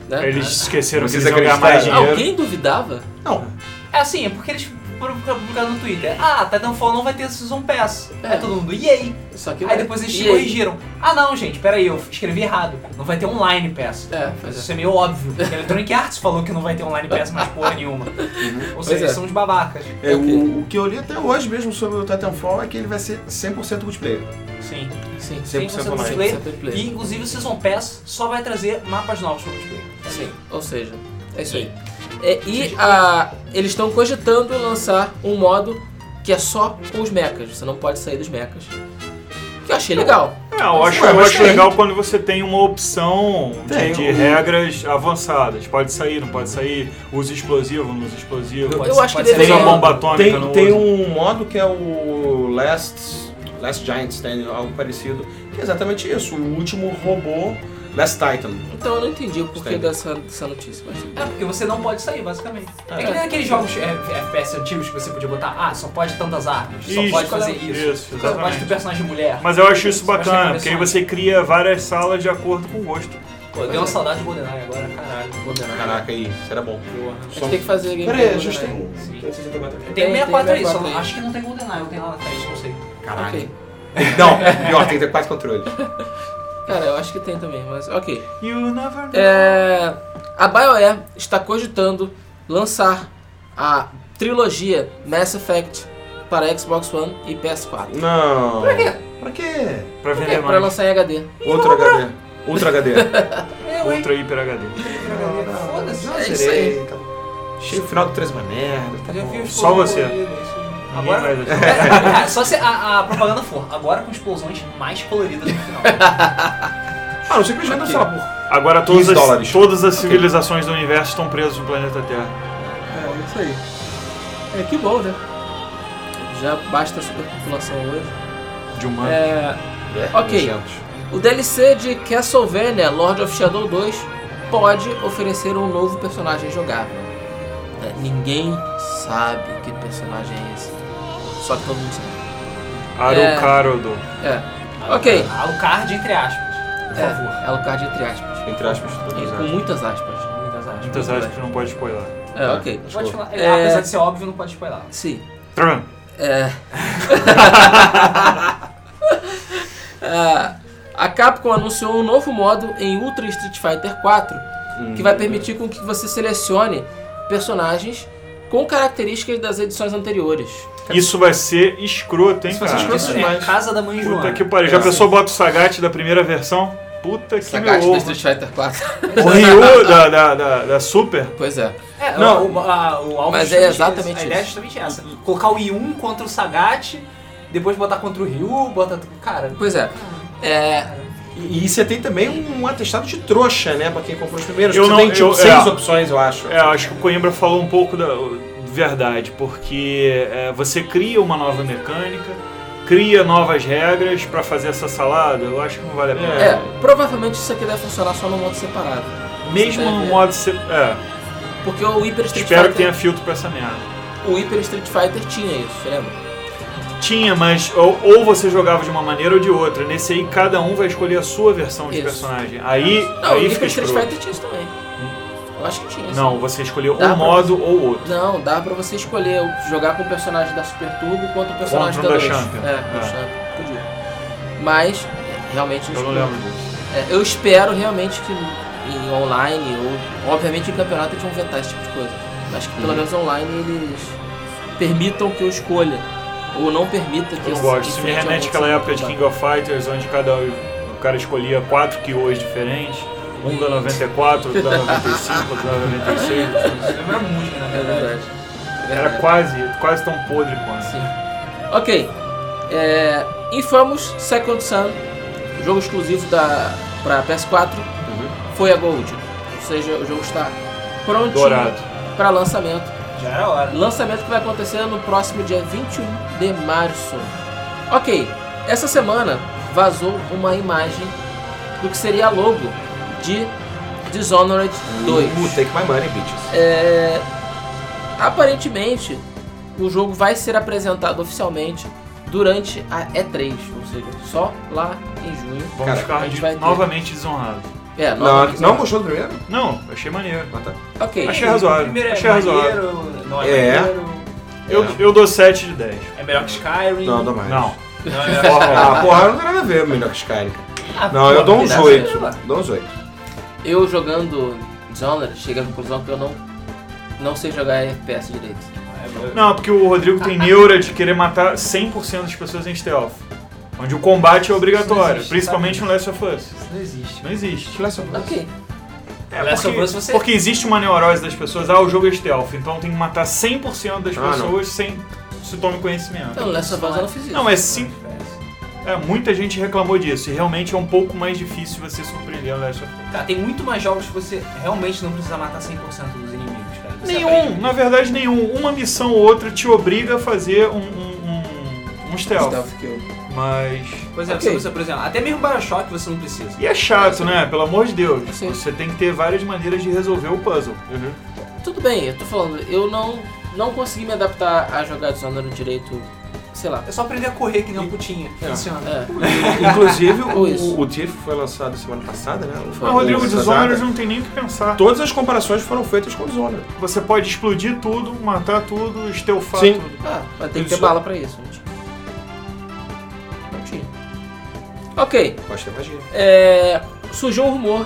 [SPEAKER 1] né?
[SPEAKER 4] Eles esqueceram de
[SPEAKER 3] Vocês
[SPEAKER 4] jogar mais
[SPEAKER 3] acreditaram?
[SPEAKER 4] dinheiro.
[SPEAKER 1] Alguém duvidava?
[SPEAKER 3] Não,
[SPEAKER 2] É assim, é porque eles publicaram no Twitter. Ah, Titanfall não vai ter Season Pass.
[SPEAKER 1] É.
[SPEAKER 2] Aí todo mundo, e aí?
[SPEAKER 1] Só que. é.
[SPEAKER 2] Aí depois eles
[SPEAKER 1] E
[SPEAKER 2] te
[SPEAKER 1] aí?
[SPEAKER 2] corrigiram. Ah não, gente, peraí, eu escrevi errado. Não vai ter online pass.
[SPEAKER 1] É,
[SPEAKER 2] Mas
[SPEAKER 1] pois
[SPEAKER 2] isso é meio óbvio, porque a Electronic Arts falou que não vai ter online pass mais porra nenhuma. Ou seja,
[SPEAKER 1] Pois
[SPEAKER 2] eles
[SPEAKER 1] é.
[SPEAKER 2] são uns babacas.
[SPEAKER 3] é,
[SPEAKER 1] Ok.
[SPEAKER 3] o, o que eu li até hoje mesmo sobre o Titanfall é que ele vai ser 100% multiplayer.
[SPEAKER 2] Sim.
[SPEAKER 1] é. Sim, sim.
[SPEAKER 3] 100%
[SPEAKER 2] 100%
[SPEAKER 3] online.
[SPEAKER 2] multiplayer.
[SPEAKER 1] Sempre
[SPEAKER 2] E
[SPEAKER 1] play.
[SPEAKER 2] inclusive o Season Pass só vai trazer mapas novos pro multiplayer.
[SPEAKER 1] Sim, ou seja, é isso aí. É, e a, eles estão cogitando lançar um modo que é só com os mechas. Você não pode sair dos mechas. Que eu achei legal.
[SPEAKER 4] É, eu acho,
[SPEAKER 3] Ué,
[SPEAKER 4] eu
[SPEAKER 3] mas
[SPEAKER 4] acho
[SPEAKER 3] tem.
[SPEAKER 4] legal quando você tem uma opção de-
[SPEAKER 3] Tem, um-
[SPEAKER 4] de
[SPEAKER 3] o-
[SPEAKER 4] regras avançadas. Pode sair, não pode sair, usa explosivo, não usa explosivo.
[SPEAKER 1] Eu acho que
[SPEAKER 2] ser
[SPEAKER 1] deveria-
[SPEAKER 4] usa
[SPEAKER 2] legal.
[SPEAKER 4] bomba atômica,
[SPEAKER 3] Tem,
[SPEAKER 4] não
[SPEAKER 3] tem
[SPEAKER 4] usa.
[SPEAKER 3] um modo que é o Last, Last Giant Stand, algo parecido, que é exatamente isso, o último robô Last Titan.
[SPEAKER 1] Então eu não entendi o porquê
[SPEAKER 3] Sim.
[SPEAKER 1] dessa, dessa notícia. Mas... tudo bem.
[SPEAKER 2] É, porque você não pode sair, basicamente. É,
[SPEAKER 1] É.
[SPEAKER 2] que nem aqueles jogos é, FPS antigos que você podia botar, ah, só pode tantas armas, só
[SPEAKER 4] Isso,
[SPEAKER 2] pode fazer
[SPEAKER 3] um-
[SPEAKER 2] isso,
[SPEAKER 4] isso,
[SPEAKER 2] só pode ter
[SPEAKER 4] exatamente.
[SPEAKER 2] personagem mulher.
[SPEAKER 4] Mas eu acho isso
[SPEAKER 2] Você pode ter
[SPEAKER 4] bacana, porque aí
[SPEAKER 2] versões.
[SPEAKER 4] você cria várias salas de acordo com o gosto.
[SPEAKER 2] Pô, deu uma saudade do GoldenEye agora, caralho.
[SPEAKER 1] Condenado.
[SPEAKER 3] Caraca, aí, isso era bom.
[SPEAKER 2] Porra.
[SPEAKER 1] A gente tem que fazer gameplay.
[SPEAKER 3] Peraí, a
[SPEAKER 1] do
[SPEAKER 3] gente tem
[SPEAKER 1] Goldeneye.
[SPEAKER 3] um.
[SPEAKER 2] Sim.
[SPEAKER 3] tem 64 aqui.
[SPEAKER 2] Tem
[SPEAKER 1] Tem-
[SPEAKER 2] 64 aí, só
[SPEAKER 1] 64 aí.
[SPEAKER 2] não- acho que não tem GoldenEye, eu tenho lá na frente, não sei.
[SPEAKER 3] Caralho.
[SPEAKER 1] Ok.
[SPEAKER 3] Não, pior, tem que ter quatro controles.
[SPEAKER 1] Cara, eu acho que tem também, mas ok.
[SPEAKER 4] You never know.
[SPEAKER 1] É, a BioWare está cogitando lançar a trilogia Mass Effect para Xbox One e PS4.
[SPEAKER 3] Não. Pra
[SPEAKER 2] quê?
[SPEAKER 3] Pra quê?
[SPEAKER 4] Pra
[SPEAKER 1] É,
[SPEAKER 4] vender
[SPEAKER 1] para
[SPEAKER 4] mais.
[SPEAKER 1] lançar em HD.
[SPEAKER 3] Outro HD. Outro HD.
[SPEAKER 2] Eu, hein?
[SPEAKER 4] Ultra Hiper HD.
[SPEAKER 2] Foda-se.
[SPEAKER 1] É isso aí.
[SPEAKER 3] tá bom. Achei o final do 3 uma merda. Tá
[SPEAKER 2] Eu já vi
[SPEAKER 3] bom.
[SPEAKER 2] os
[SPEAKER 4] Só
[SPEAKER 2] povos
[SPEAKER 4] você.
[SPEAKER 2] coloridos.
[SPEAKER 4] Ninguém vai
[SPEAKER 2] Agora,
[SPEAKER 4] deixar.
[SPEAKER 2] é, só se a, a propaganda for, agora com explosões mais coloridas no final.
[SPEAKER 3] Ah, não sei que eles vendam, sei lá, por.
[SPEAKER 4] Agora todas
[SPEAKER 3] 15 dólares.
[SPEAKER 4] as, todas as civilizações do universo estão presas no planeta Terra.
[SPEAKER 1] É, isso aí. É, que bom, né? Já basta a superpopulação hoje.
[SPEAKER 4] De humano.
[SPEAKER 1] É, Ok.
[SPEAKER 3] 200.
[SPEAKER 1] o DLC de Castlevania Lord of Shadow 2 pode oferecer um novo personagem jogável. É, ninguém sabe que personagem é esse. Só que todo mundo sabe. É.
[SPEAKER 4] Arucarodo.
[SPEAKER 1] É. Ok.
[SPEAKER 2] Alucard, entre aspas. Por favor.
[SPEAKER 1] É, Alucard entre aspas.
[SPEAKER 3] Entre aspas, todas
[SPEAKER 1] E
[SPEAKER 3] as
[SPEAKER 1] com
[SPEAKER 3] aspas.
[SPEAKER 1] muitas aspas.
[SPEAKER 2] Muitas aspas.
[SPEAKER 4] Muitas Tá. vezes não pode spoiler.
[SPEAKER 1] É, ok.
[SPEAKER 2] Pode
[SPEAKER 3] Desculpa.
[SPEAKER 2] falar-
[SPEAKER 1] É.
[SPEAKER 2] Apesar de ser óbvio, não pode spoiler.
[SPEAKER 1] Sim.
[SPEAKER 4] Trum.
[SPEAKER 1] É. Ah, a Capcom anunciou um novo modo em Ultra Street Fighter 4 que
[SPEAKER 4] Hum.
[SPEAKER 1] vai permitir com que você selecione personagens com características das edições anteriores.
[SPEAKER 4] Isso vai ser escroto, hein,
[SPEAKER 3] Isso vai ser
[SPEAKER 4] cara?
[SPEAKER 3] escroto.
[SPEAKER 2] Isso é
[SPEAKER 3] demais.
[SPEAKER 2] casa da mãe Joana.
[SPEAKER 4] Puta que pariu. Já
[SPEAKER 3] É.
[SPEAKER 4] pensou bota o Sagat da primeira versão? Puta que é meu
[SPEAKER 1] Sagat do
[SPEAKER 4] ovo.
[SPEAKER 1] Street Fighter 4.
[SPEAKER 4] O Ryu da, da, da, da Super?
[SPEAKER 1] pois é.
[SPEAKER 2] É,
[SPEAKER 4] Não.
[SPEAKER 2] não, o, a, o Alves
[SPEAKER 1] Mas é
[SPEAKER 2] justamente-
[SPEAKER 1] exatamente
[SPEAKER 2] A ideia é
[SPEAKER 1] isso.
[SPEAKER 2] justamente essa. Colocar o I1 contra o Sagat, depois botar contra o Ryu, bota... Cara...
[SPEAKER 1] Pois é. É,
[SPEAKER 3] E, e você tem também um atestado de trouxa, né? Pra quem comprou os primeiros.
[SPEAKER 4] Eu
[SPEAKER 3] você
[SPEAKER 4] não-
[SPEAKER 3] tem tipo
[SPEAKER 4] eu-
[SPEAKER 3] seis
[SPEAKER 4] é.
[SPEAKER 3] opções, eu acho.
[SPEAKER 4] É, acho que o Coimbra falou um pouco da verdade, porque é, você cria uma nova mecânica, cria novas regras pra fazer essa salada, eu acho que não vale a pena.
[SPEAKER 1] é, provavelmente isso aqui deve funcionar só no modo separado.
[SPEAKER 4] Mesmo
[SPEAKER 1] Você
[SPEAKER 4] no
[SPEAKER 1] deve-
[SPEAKER 4] modo... se- É,
[SPEAKER 1] Porque o Hyper Street
[SPEAKER 4] espero
[SPEAKER 1] Fighter.
[SPEAKER 4] que tenha filtro pra essa merda.
[SPEAKER 1] O Hyper Street Fighter tinha isso, você lembra?
[SPEAKER 4] Tinha, mas ou, ou você jogava de uma maneira ou de outra. Nesse aí, cada um vai escolher a sua versão de
[SPEAKER 1] Isso.
[SPEAKER 4] personagem. Aí,
[SPEAKER 1] Não, o
[SPEAKER 4] aí
[SPEAKER 1] Hyper
[SPEAKER 4] fica
[SPEAKER 1] Street
[SPEAKER 4] escroto.
[SPEAKER 1] Fighter tinha isso também. Eu acho que tinha isso.
[SPEAKER 4] Não, você escolheu
[SPEAKER 1] Dá
[SPEAKER 4] um
[SPEAKER 1] pra-
[SPEAKER 4] modo ou outro.
[SPEAKER 1] Não, dá pra você escolher jogar com o personagem da Super Turbo contra o personagem
[SPEAKER 4] Contra o
[SPEAKER 1] da
[SPEAKER 4] da
[SPEAKER 1] 2.
[SPEAKER 4] Champion.
[SPEAKER 1] É, da
[SPEAKER 4] É.
[SPEAKER 1] Champion, podia. Mas, é, realmente,
[SPEAKER 4] Eu não lembro disso.
[SPEAKER 1] é, eu espero realmente que em online, ou obviamente em campeonato eles vão vetar esse tipo de coisa. Mas que pelo
[SPEAKER 4] Uhum.
[SPEAKER 1] menos online eles permitam que eu escolha. Ou não permita que é eu
[SPEAKER 4] Eu não gosto. Isso me
[SPEAKER 1] enfrente
[SPEAKER 4] remete
[SPEAKER 1] algum
[SPEAKER 4] àquela época de
[SPEAKER 1] combate.
[SPEAKER 4] King of Fighters, onde cada um, o cara escolhia quatro Kyos diferentes. Um da 94, outro da 95, outro da 96.
[SPEAKER 2] Lembra muito, na
[SPEAKER 1] É
[SPEAKER 2] verdade.
[SPEAKER 1] verdade. É
[SPEAKER 4] Era
[SPEAKER 1] verdade.
[SPEAKER 4] quase, quase tão podre quanto.
[SPEAKER 1] Sim. Ok. É, Infamous Second Sun, jogo exclusivo da para PS4, foi a Gold. Ou seja, o jogo está prontinho
[SPEAKER 4] Dourado.
[SPEAKER 1] para lançamento.
[SPEAKER 2] Já era hora.
[SPEAKER 1] Lançamento que vai acontecer no próximo dia 21 de março. Ok. Essa semana vazou uma imagem do que seria a logo de Dishonored 2.
[SPEAKER 3] Ooh, take my money, bitches.
[SPEAKER 1] É, aparentemente, o jogo vai ser apresentado oficialmente durante a E3, ou seja, só lá em junho.
[SPEAKER 4] Vamos
[SPEAKER 3] Cara,
[SPEAKER 1] a
[SPEAKER 4] ficar
[SPEAKER 1] gente
[SPEAKER 4] de-
[SPEAKER 1] vai ter.
[SPEAKER 4] novamente desonrado.
[SPEAKER 1] É,
[SPEAKER 3] Não,
[SPEAKER 1] novamente-
[SPEAKER 3] não gostou do primeiro?
[SPEAKER 4] Não, achei maneiro.
[SPEAKER 3] Ah, tá.
[SPEAKER 1] Ok.
[SPEAKER 4] Achei razoável,
[SPEAKER 2] O primeiro é
[SPEAKER 4] achei razoável.
[SPEAKER 2] maneiro, Não é,
[SPEAKER 3] É.
[SPEAKER 2] maneiro,
[SPEAKER 4] Eu, eu dou 7 de 10.
[SPEAKER 2] é melhor que Skyrim.
[SPEAKER 3] Não, dá mais.
[SPEAKER 4] Não.
[SPEAKER 2] Não é melhor que
[SPEAKER 3] Ah, porra, não tem nada a ver melhor que Skyrim.
[SPEAKER 2] Ah,
[SPEAKER 3] Não, eu dou uns
[SPEAKER 2] dá
[SPEAKER 3] oito.
[SPEAKER 2] certo.
[SPEAKER 3] Dou uns oito.
[SPEAKER 1] Eu jogando Dishonored, cheguei à conclusão que eu não, não sei jogar FPS direito.
[SPEAKER 2] É,
[SPEAKER 4] Não, porque o Rodrigo tem neura de querer matar 100% das pessoas em stealth. Onde o combate é
[SPEAKER 2] Isso não
[SPEAKER 4] obrigatório,
[SPEAKER 2] existe,
[SPEAKER 4] principalmente no Last of Us.
[SPEAKER 2] Isso não existe.
[SPEAKER 4] Isso não existe.
[SPEAKER 3] um
[SPEAKER 1] Ok.
[SPEAKER 4] É,
[SPEAKER 2] Last of Us
[SPEAKER 4] porque,
[SPEAKER 2] você-
[SPEAKER 4] porque existe uma neurose das pessoas, ah, o jogo é stealth, então tem que matar 100% das
[SPEAKER 3] Ah, não.
[SPEAKER 4] pessoas sem se tome conhecimento.
[SPEAKER 1] Então, Last of Us eu não fiz isso.
[SPEAKER 4] Não, é sim. É, muita gente reclamou disso, e realmente é um pouco mais difícil você surpreender o Last of Us.
[SPEAKER 2] Cara, tem muito mais jogos que você realmente não precisa matar 100% dos inimigos, cara. Você aprende
[SPEAKER 4] Nenhum,
[SPEAKER 2] muito.
[SPEAKER 4] na verdade nenhum. Uma missão ou outra te obriga a fazer um, um, um, um stealth.
[SPEAKER 1] Stealth kill.
[SPEAKER 4] Mas
[SPEAKER 2] Pois é,
[SPEAKER 1] Ok.
[SPEAKER 2] você precisa, por exemplo, até mesmo Bioshock você não precisa.
[SPEAKER 4] E é chato, né? Pelo amor de Deus.
[SPEAKER 1] Sim.
[SPEAKER 4] Você tem que ter várias maneiras de resolver o puzzle.
[SPEAKER 1] Tudo bem, eu tô falando, eu não, não consegui me adaptar a jogar Dishonored direito, sei lá.
[SPEAKER 2] É só aprender a correr que nem um putinha. Funciona.
[SPEAKER 1] É.
[SPEAKER 3] Inclusive,
[SPEAKER 1] Ou isso.
[SPEAKER 3] o, o Tiff foi lançado semana passada, né?
[SPEAKER 1] Foi.
[SPEAKER 4] Mas
[SPEAKER 1] Mas,
[SPEAKER 4] Rodrigo
[SPEAKER 3] Ou
[SPEAKER 4] Dishonored
[SPEAKER 3] retrasada.
[SPEAKER 4] não tem nem o que pensar.
[SPEAKER 3] Todas as comparações foram feitas com o Dishonored.
[SPEAKER 4] Você pode explodir tudo, matar tudo, estelfar
[SPEAKER 3] Sim.
[SPEAKER 4] tudo.
[SPEAKER 1] Ah, mas tem que
[SPEAKER 3] Isso.
[SPEAKER 1] ter bala pra isso, não tinha. Não tinha. Ok,
[SPEAKER 3] Eu achei magia.
[SPEAKER 1] é, surgiu um rumor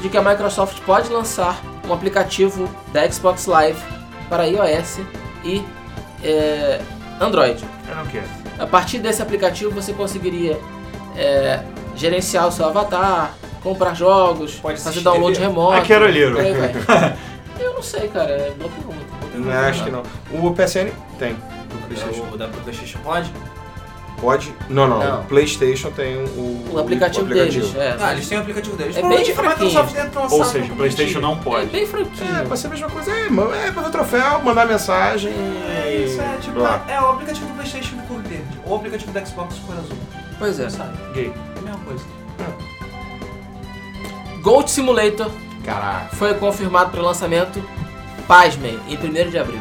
[SPEAKER 1] de que a Microsoft pode lançar um aplicativo da Xbox Live para iOS e é, Android.
[SPEAKER 4] Eu não quero.
[SPEAKER 1] A partir desse aplicativo você conseguiria é, gerenciar o seu avatar, comprar jogos,
[SPEAKER 2] Pode se
[SPEAKER 1] fazer download
[SPEAKER 2] inscrever.
[SPEAKER 1] remoto.
[SPEAKER 4] Aqui era olheiro.
[SPEAKER 1] por aí vai. Eu não sei, cara, é boa pergunta. boa pergunta.
[SPEAKER 3] Não, é acho que não. O PSN tem. O PlayStation.
[SPEAKER 2] É o da PlayStation pode?
[SPEAKER 3] Pode. Não, não.
[SPEAKER 1] Não.
[SPEAKER 3] O PlayStation tem o,
[SPEAKER 1] O aplicativo, deles, é.
[SPEAKER 2] Ah, eles têm o aplicativo deles.
[SPEAKER 1] É
[SPEAKER 2] Provavelmente
[SPEAKER 1] bem
[SPEAKER 2] a Microsoft
[SPEAKER 1] fraquinho.
[SPEAKER 2] deve ter lançado
[SPEAKER 4] Ou seja,
[SPEAKER 2] um
[SPEAKER 4] o PlayStation
[SPEAKER 2] pouquinho.
[SPEAKER 4] não
[SPEAKER 1] É
[SPEAKER 4] pode.
[SPEAKER 1] bem franquinho.
[SPEAKER 3] É, pra ser a mesma coisa. É, mano, é pra ver troféu, mandar mensagem.
[SPEAKER 2] É isso, é tipo.
[SPEAKER 3] Lá.
[SPEAKER 2] É o aplicativo do PlayStation de cor verde. Ou o aplicativo do Xbox de cor azul.
[SPEAKER 1] Pois é.
[SPEAKER 2] Você sabe.
[SPEAKER 4] Gay.
[SPEAKER 2] É a mesma coisa.
[SPEAKER 1] Gold Simulator
[SPEAKER 3] Caraca.
[SPEAKER 2] é.
[SPEAKER 1] foi confirmado para lançamento pasmem, em 1 de abril.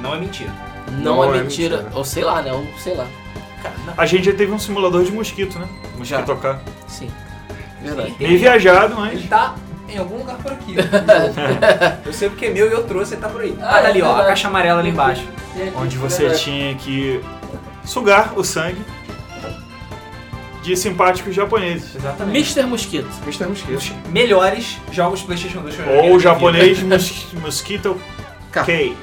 [SPEAKER 2] Não é mentira.
[SPEAKER 1] Não, é, mentira. Ou sei lá, né? Ou sei lá.
[SPEAKER 2] Cara, não.
[SPEAKER 4] A gente já teve um simulador de mosquito, né?
[SPEAKER 1] Já.
[SPEAKER 4] Mosquito tocar.
[SPEAKER 1] Sim. Verdade.
[SPEAKER 4] Meio viajado, mas.
[SPEAKER 2] Ele tá em algum lugar por aqui. eu sei porque é meu e eu trouxe, ele tá por aí.
[SPEAKER 1] Ah,
[SPEAKER 2] Ah,
[SPEAKER 1] é
[SPEAKER 2] tá ali, ó, a
[SPEAKER 1] verdade.
[SPEAKER 2] caixa amarela ali embaixo.
[SPEAKER 4] Onde você tinha que sugar o sangue de simpáticos japoneses.
[SPEAKER 2] Exatamente.
[SPEAKER 1] Mr. Mosquito.
[SPEAKER 3] Mr. Mosquito.
[SPEAKER 2] Melhores jogos PlayStation 2 que eu joguei na
[SPEAKER 4] Ou
[SPEAKER 2] minha vida.
[SPEAKER 4] japonês mos mosquito
[SPEAKER 1] K.
[SPEAKER 4] K.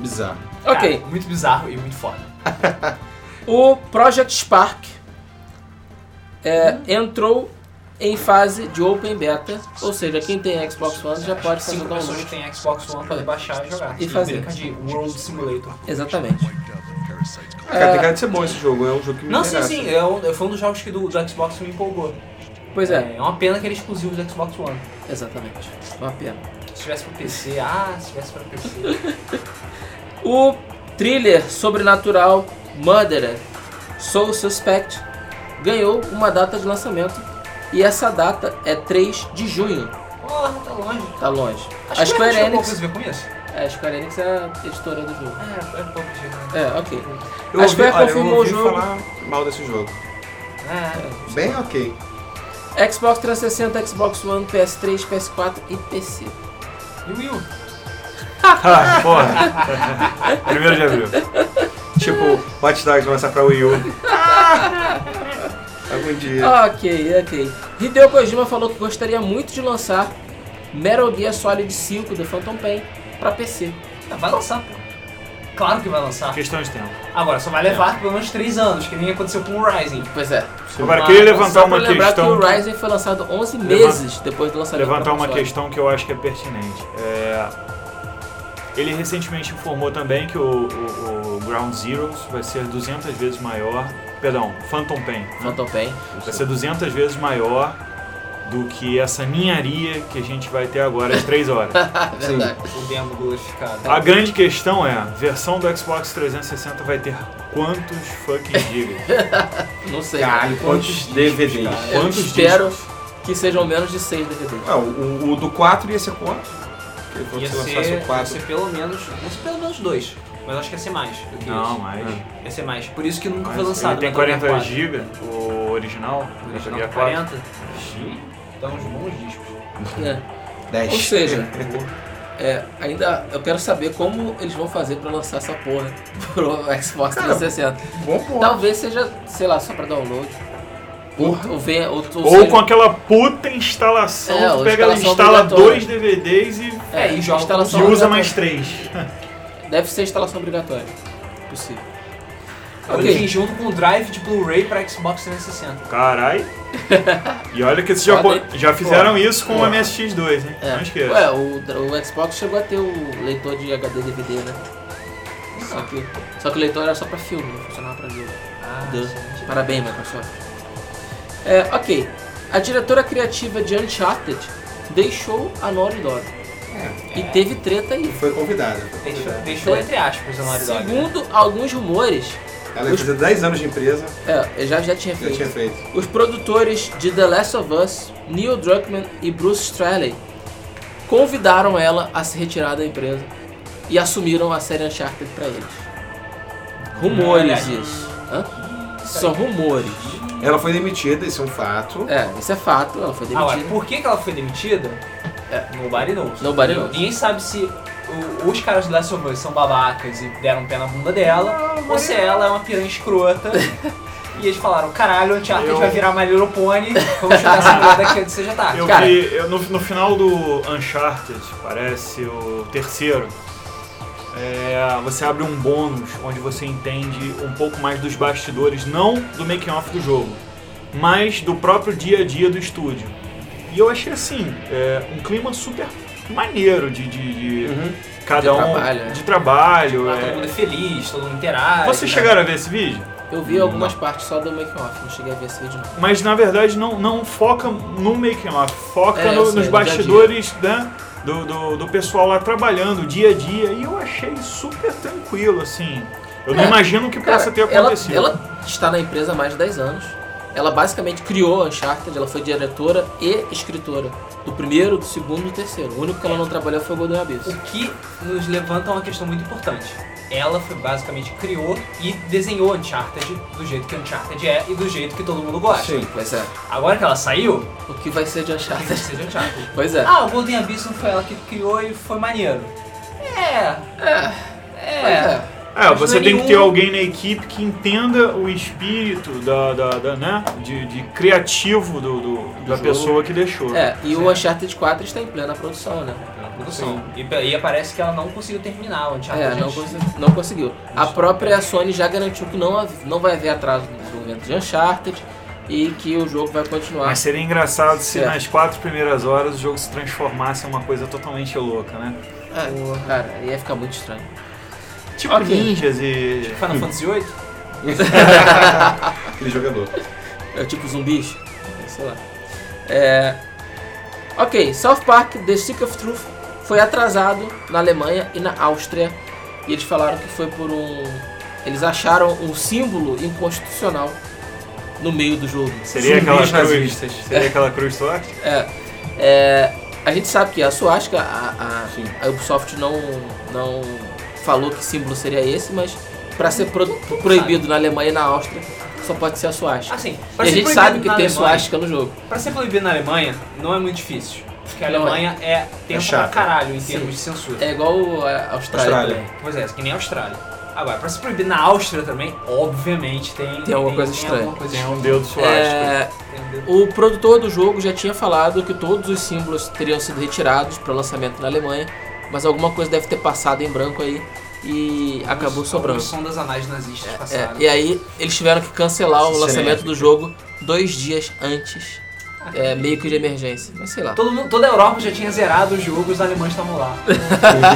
[SPEAKER 3] Bizarro.
[SPEAKER 2] Cara,
[SPEAKER 1] Ok.
[SPEAKER 2] Muito bizarro e muito foda.
[SPEAKER 1] O Project Spark é, entrou em fase de Open Beta, ou seja, quem tem Xbox One já pode fazer
[SPEAKER 2] Cinco
[SPEAKER 1] o
[SPEAKER 2] pessoas que
[SPEAKER 1] download.
[SPEAKER 2] têm Xbox One podem baixar e jogar.
[SPEAKER 1] E fazer.
[SPEAKER 2] Brinca de World Simulator.
[SPEAKER 1] Exatamente.
[SPEAKER 3] Cara, tem cara de ser bom esse jogo, é um jogo que me
[SPEAKER 2] Não, sim,
[SPEAKER 3] interessa.
[SPEAKER 2] sim. É um, foi um dos jogos que do, do Xbox me empolgou.
[SPEAKER 1] Pois é,
[SPEAKER 2] É uma pena que ele é exclusivo do Xbox One.
[SPEAKER 1] exatamente. Uma pena.
[SPEAKER 2] Se tivesse pro PC, ah, se tivesse pra PC.
[SPEAKER 1] O thriller sobrenatural Murderer Soul Suspect ganhou uma data de lançamento e essa data é 3 de junho.
[SPEAKER 2] Porra, tá longe.
[SPEAKER 1] Tá longe.
[SPEAKER 2] Acho
[SPEAKER 1] a
[SPEAKER 2] que
[SPEAKER 1] Square
[SPEAKER 2] tem alguma
[SPEAKER 1] Enix.
[SPEAKER 2] coisa a ver com isso.
[SPEAKER 1] É, a Square Enix é a editora do jogo.
[SPEAKER 2] É, é pouco de jeito.
[SPEAKER 1] É, ok.
[SPEAKER 3] Eu
[SPEAKER 1] a
[SPEAKER 3] ouvi,
[SPEAKER 1] Square
[SPEAKER 3] olha, eu
[SPEAKER 1] confirmou o
[SPEAKER 3] ouvi
[SPEAKER 1] jogo.
[SPEAKER 3] falar mal desse jogo.
[SPEAKER 2] É,
[SPEAKER 3] Bem ok.
[SPEAKER 1] Xbox 360, Xbox One, PS3, PS4 e PC.
[SPEAKER 2] É. E o Will?
[SPEAKER 4] Ah, porra. Primeiro de abril.
[SPEAKER 3] Tipo, Watch Dogs vai lançar pra Wii U. Ah! Algum
[SPEAKER 2] É.
[SPEAKER 3] dia.
[SPEAKER 1] Ok, ok. Hideo Kojima falou que gostaria muito de lançar Metal Gear Solid 5 The Phantom Pain pra PC.
[SPEAKER 2] Ah, vai lançar, pô. Claro que vai lançar.
[SPEAKER 4] Questão de tempo.
[SPEAKER 2] Agora, só vai levar pelo menos 3 anos, que nem aconteceu com o Rising.
[SPEAKER 1] Pois é.
[SPEAKER 4] Agora, queria levantar
[SPEAKER 1] Só pra
[SPEAKER 4] uma
[SPEAKER 1] lembrar
[SPEAKER 4] questão.
[SPEAKER 1] que o Ryzen foi lançado 11
[SPEAKER 4] Levanta-
[SPEAKER 1] meses depois do lançamento.
[SPEAKER 4] levantar
[SPEAKER 1] Tá pra
[SPEAKER 4] uma
[SPEAKER 1] console.
[SPEAKER 4] questão que eu acho que é pertinente. É, Ele recentemente informou também que o, o- o Ground Zeroes vai ser 200 vezes maior. Perdão, Phantom Pain. né?
[SPEAKER 1] Phantom Pain.
[SPEAKER 4] Vai ser 200 vezes maior do que essa ninharia que a gente vai ter agora às 3 horas.
[SPEAKER 1] É Verdade.
[SPEAKER 2] O demo glorificado.
[SPEAKER 4] A grande questão é, a versão do Xbox 360 vai ter quantos fucking gigas?
[SPEAKER 1] Não sei.
[SPEAKER 3] Caralho, quantos DVDs?
[SPEAKER 2] cara?
[SPEAKER 1] Eu
[SPEAKER 4] Quantos
[SPEAKER 1] espero que sejam menos de 6 DVDs.
[SPEAKER 3] Ah, o, o do 4 ia ser quanto? Porque quando
[SPEAKER 2] Ia
[SPEAKER 3] você
[SPEAKER 2] ser,
[SPEAKER 3] lançasse o
[SPEAKER 2] ia
[SPEAKER 3] 4.
[SPEAKER 2] ser pelo menos. Ia ser pelo menos dois. Mas acho que ia ser mais do que
[SPEAKER 4] Não,
[SPEAKER 2] isso.
[SPEAKER 4] mas...
[SPEAKER 2] Ia ser mais. Por isso que nunca
[SPEAKER 4] mas
[SPEAKER 2] foi lançado. tá
[SPEAKER 4] ele tem 40
[SPEAKER 2] Metal Gear 4.
[SPEAKER 4] GB, o original,
[SPEAKER 2] O
[SPEAKER 4] o
[SPEAKER 2] original
[SPEAKER 4] Gear 4.
[SPEAKER 2] tem 40. Então, uns bons discos.
[SPEAKER 1] É.
[SPEAKER 3] 10.
[SPEAKER 1] Ou seja, é, ainda eu quero saber como eles vão fazer pra lançar essa porra pro Xbox
[SPEAKER 3] Cara,
[SPEAKER 1] 360.
[SPEAKER 3] bom ponto.
[SPEAKER 1] Talvez seja, sei lá, só pra download.
[SPEAKER 3] Porra.
[SPEAKER 1] Ou venha, ou, ou
[SPEAKER 4] Ou
[SPEAKER 1] seja-
[SPEAKER 4] com aquela puta instalação,
[SPEAKER 1] É,
[SPEAKER 4] tu
[SPEAKER 1] ou
[SPEAKER 4] pega, ela
[SPEAKER 1] instalação
[SPEAKER 4] instala
[SPEAKER 1] obrigatória.
[SPEAKER 4] dois DVDs e,
[SPEAKER 1] É, e joga
[SPEAKER 4] e
[SPEAKER 1] instalação
[SPEAKER 4] usa
[SPEAKER 1] obrigatória.
[SPEAKER 4] mais três.
[SPEAKER 1] Deve ser instalação obrigatória. Possível.
[SPEAKER 2] Okay.
[SPEAKER 1] Ok.
[SPEAKER 2] junto com o drive de Blu-ray pra Xbox 360.
[SPEAKER 4] Carai. E olha que esses
[SPEAKER 1] Só
[SPEAKER 4] japo-
[SPEAKER 1] de-
[SPEAKER 4] já fizeram isso com
[SPEAKER 3] Pô.
[SPEAKER 4] o MSX2, hein?
[SPEAKER 1] É.
[SPEAKER 4] Não esqueça.
[SPEAKER 1] Ué, o, o Xbox chegou a ter o leitor de HD DVD, né? Só que, só que o leitor era só pra filme, não funcionava pra jogo.
[SPEAKER 2] Ah,
[SPEAKER 1] Deu.
[SPEAKER 2] gente.
[SPEAKER 1] Parabéns, Microsoft. É, ok. A diretora criativa de Uncharted deixou a Naughty Dog.
[SPEAKER 2] É.
[SPEAKER 1] E teve treta aí.
[SPEAKER 3] Foi convidada.
[SPEAKER 2] Deixou, deixou entre aspas a Naughty Dog. né?
[SPEAKER 1] Segundo alguns rumores,
[SPEAKER 3] Ela ia fazer 10 anos de empresa,
[SPEAKER 1] é, eu já, já tinha
[SPEAKER 3] já
[SPEAKER 1] feito.
[SPEAKER 3] tinha feito.
[SPEAKER 1] Os produtores de The Last of Us, Neil Druckmann e Bruce Straley, convidaram ela a se retirar da empresa e assumiram a série Uncharted pra eles. Rumores
[SPEAKER 2] Olha aí.
[SPEAKER 1] isso. Hã? São rumores.
[SPEAKER 3] Ela foi demitida, isso é um fato.
[SPEAKER 1] É, isso é fato, ela foi
[SPEAKER 2] Agora,
[SPEAKER 1] demitida.
[SPEAKER 2] Ah, por que, que ela foi demitida?
[SPEAKER 1] É.
[SPEAKER 2] Nobody knows.
[SPEAKER 1] Nobody knows.
[SPEAKER 2] Ninguém sabe se o- os caras do Last of Us são babacas e deram um pé na bunda
[SPEAKER 4] Ah,
[SPEAKER 2] dela, ou se ela é uma piranha escrota. e eles falaram, caralho, o Uncharted
[SPEAKER 4] Eu-
[SPEAKER 2] vai virar My Little Pony, vamos jogar essa merda aqui antes que seja tarde.
[SPEAKER 4] Eu
[SPEAKER 1] Ah, Cara.
[SPEAKER 4] vi, eu- no, no final do Uncharted, parece o terceiro, é, você abre um bônus onde você entende um pouco mais dos bastidores, não do making-off do jogo, mas do próprio dia a dia do estúdio. E eu achei assim, é, um clima super maneiro de, de- de cada
[SPEAKER 1] Uhum. De
[SPEAKER 4] um
[SPEAKER 1] trabalho, né?
[SPEAKER 4] de trabalho.
[SPEAKER 2] Ah,
[SPEAKER 4] é.
[SPEAKER 2] todo mundo é feliz, todo mundo interage. né?
[SPEAKER 4] Vocês
[SPEAKER 1] né?
[SPEAKER 4] chegaram a ver esse vídeo?
[SPEAKER 1] Eu vi algumas partes só do make-off, não cheguei a ver esse vídeo não.
[SPEAKER 4] mas na verdade não, não foca no making off, foca
[SPEAKER 1] É, eu
[SPEAKER 4] no-
[SPEAKER 1] sei,
[SPEAKER 4] nos
[SPEAKER 1] no dia a dia.
[SPEAKER 4] bastidores né, do, do, do pessoal lá trabalhando, o dia a dia, e eu achei super tranquilo, assim. Eu não
[SPEAKER 1] É,
[SPEAKER 4] imagino o que
[SPEAKER 1] Cara,
[SPEAKER 4] possa ter
[SPEAKER 1] ela,
[SPEAKER 4] acontecido.
[SPEAKER 1] ela está na empresa há mais de 10 anos. Ela basicamente criou a Uncharted, ela foi diretora e escritora do primeiro, do segundo e do terceiro. O único que ela não trabalhou foi o Golden
[SPEAKER 2] O
[SPEAKER 1] Abyss.
[SPEAKER 2] que nos levanta é uma questão muito importante. Ela foi, basicamente criou e desenhou Uncharted do jeito que Uncharted é e do jeito que todo mundo gosta.
[SPEAKER 3] Sim.
[SPEAKER 1] Pois é.
[SPEAKER 2] Agora que ela saiu,
[SPEAKER 1] O que vai ser de
[SPEAKER 2] tem que
[SPEAKER 1] Uncharted?
[SPEAKER 2] ser de Uncharted.
[SPEAKER 1] Pois é.
[SPEAKER 2] Ah, o Golden Abyss não foi ela que criou e foi maneiro. É,
[SPEAKER 1] Pois
[SPEAKER 2] é.
[SPEAKER 1] é.
[SPEAKER 4] É,
[SPEAKER 2] Mas
[SPEAKER 4] você
[SPEAKER 2] não é
[SPEAKER 4] tem que
[SPEAKER 2] nenhum-
[SPEAKER 4] ter alguém na equipe que entenda o espírito da, da, da, né, de, de criativo do, do- da
[SPEAKER 3] jogo.
[SPEAKER 4] pessoa que deixou.
[SPEAKER 1] É, e o Uncharted 4 está em plena produção, né?
[SPEAKER 2] Pela produção. E, e aparece que ela não conseguiu terminar o Uncharted.
[SPEAKER 1] É, não,
[SPEAKER 2] gente.
[SPEAKER 1] conse- não conseguiu. A própria Sony já garantiu que não, hav- não vai haver atraso no desenvolvimento de Uncharted e que o jogo vai continuar.
[SPEAKER 4] Mas seria engraçado se
[SPEAKER 1] Certo.
[SPEAKER 4] nas quatro primeiras horas o jogo se transformasse em uma coisa totalmente louca, né?
[SPEAKER 1] É, cara, ia ficar muito estranho.
[SPEAKER 4] Tipo
[SPEAKER 1] Ok. Tipo
[SPEAKER 4] ninjas e.
[SPEAKER 2] Final Fantasy VIII?
[SPEAKER 3] Aquele jogador.
[SPEAKER 1] É tipo zumbis? É, Sei lá. É... Ok, South Park The Stick of Truth foi atrasado na Alemanha e na Áustria. E eles falaram que foi por um. Eles acharam um símbolo inconstitucional no meio do jogo.
[SPEAKER 4] Seria aquela
[SPEAKER 3] Zumbis
[SPEAKER 4] cruz.
[SPEAKER 3] nazistas.
[SPEAKER 4] Seria aquela cruz só?
[SPEAKER 1] É, é, a gente sabe que a suástica, a, a-
[SPEAKER 3] Sim.
[SPEAKER 1] a Ubisoft não, não falou que símbolo seria esse, mas para ser pro- proibido na Alemanha e na Áustria, só pode ser a suástica.
[SPEAKER 2] Assim,
[SPEAKER 1] E
[SPEAKER 2] pra
[SPEAKER 1] a
[SPEAKER 2] ser
[SPEAKER 1] gente
[SPEAKER 2] proibido
[SPEAKER 1] sabe que
[SPEAKER 2] na
[SPEAKER 1] tem
[SPEAKER 2] Alemanha-
[SPEAKER 1] suástica no jogo.
[SPEAKER 2] Pra ser proibido na Alemanha, não é muito difícil. Porque a
[SPEAKER 1] Não é.
[SPEAKER 2] Alemanha é tempo pra
[SPEAKER 3] chata.
[SPEAKER 2] caralho em
[SPEAKER 1] Sim.
[SPEAKER 2] termos de censura.
[SPEAKER 1] É igual a Austrália.
[SPEAKER 3] Austrália.
[SPEAKER 2] Pois é, que nem a Austrália. Agora, pra se proibir na Áustria também, obviamente tem.
[SPEAKER 1] Tem alguma coisa estranha.
[SPEAKER 2] alguma coisa
[SPEAKER 4] Tem um
[SPEAKER 2] estranha.
[SPEAKER 4] dedo suástico.
[SPEAKER 1] É,
[SPEAKER 2] Tem um dedo.
[SPEAKER 1] o produtor do jogo já tinha falado que todos os símbolos teriam sido retirados para o lançamento na Alemanha, mas alguma coisa deve ter passado em branco aí e acabou
[SPEAKER 2] Alguns-
[SPEAKER 1] sobrando.
[SPEAKER 2] alguns som das anais nazistas
[SPEAKER 1] É,
[SPEAKER 2] passaram.
[SPEAKER 1] e aí eles tiveram que cancelar o
[SPEAKER 3] Isso
[SPEAKER 4] é
[SPEAKER 3] seria
[SPEAKER 1] lançamento
[SPEAKER 3] épico.
[SPEAKER 1] do jogo dois dias antes, é, meio que de emergência, mas sei lá.
[SPEAKER 2] Todo mundo, toda a Europa já tinha zerado o jogo, os alemães estavam lá.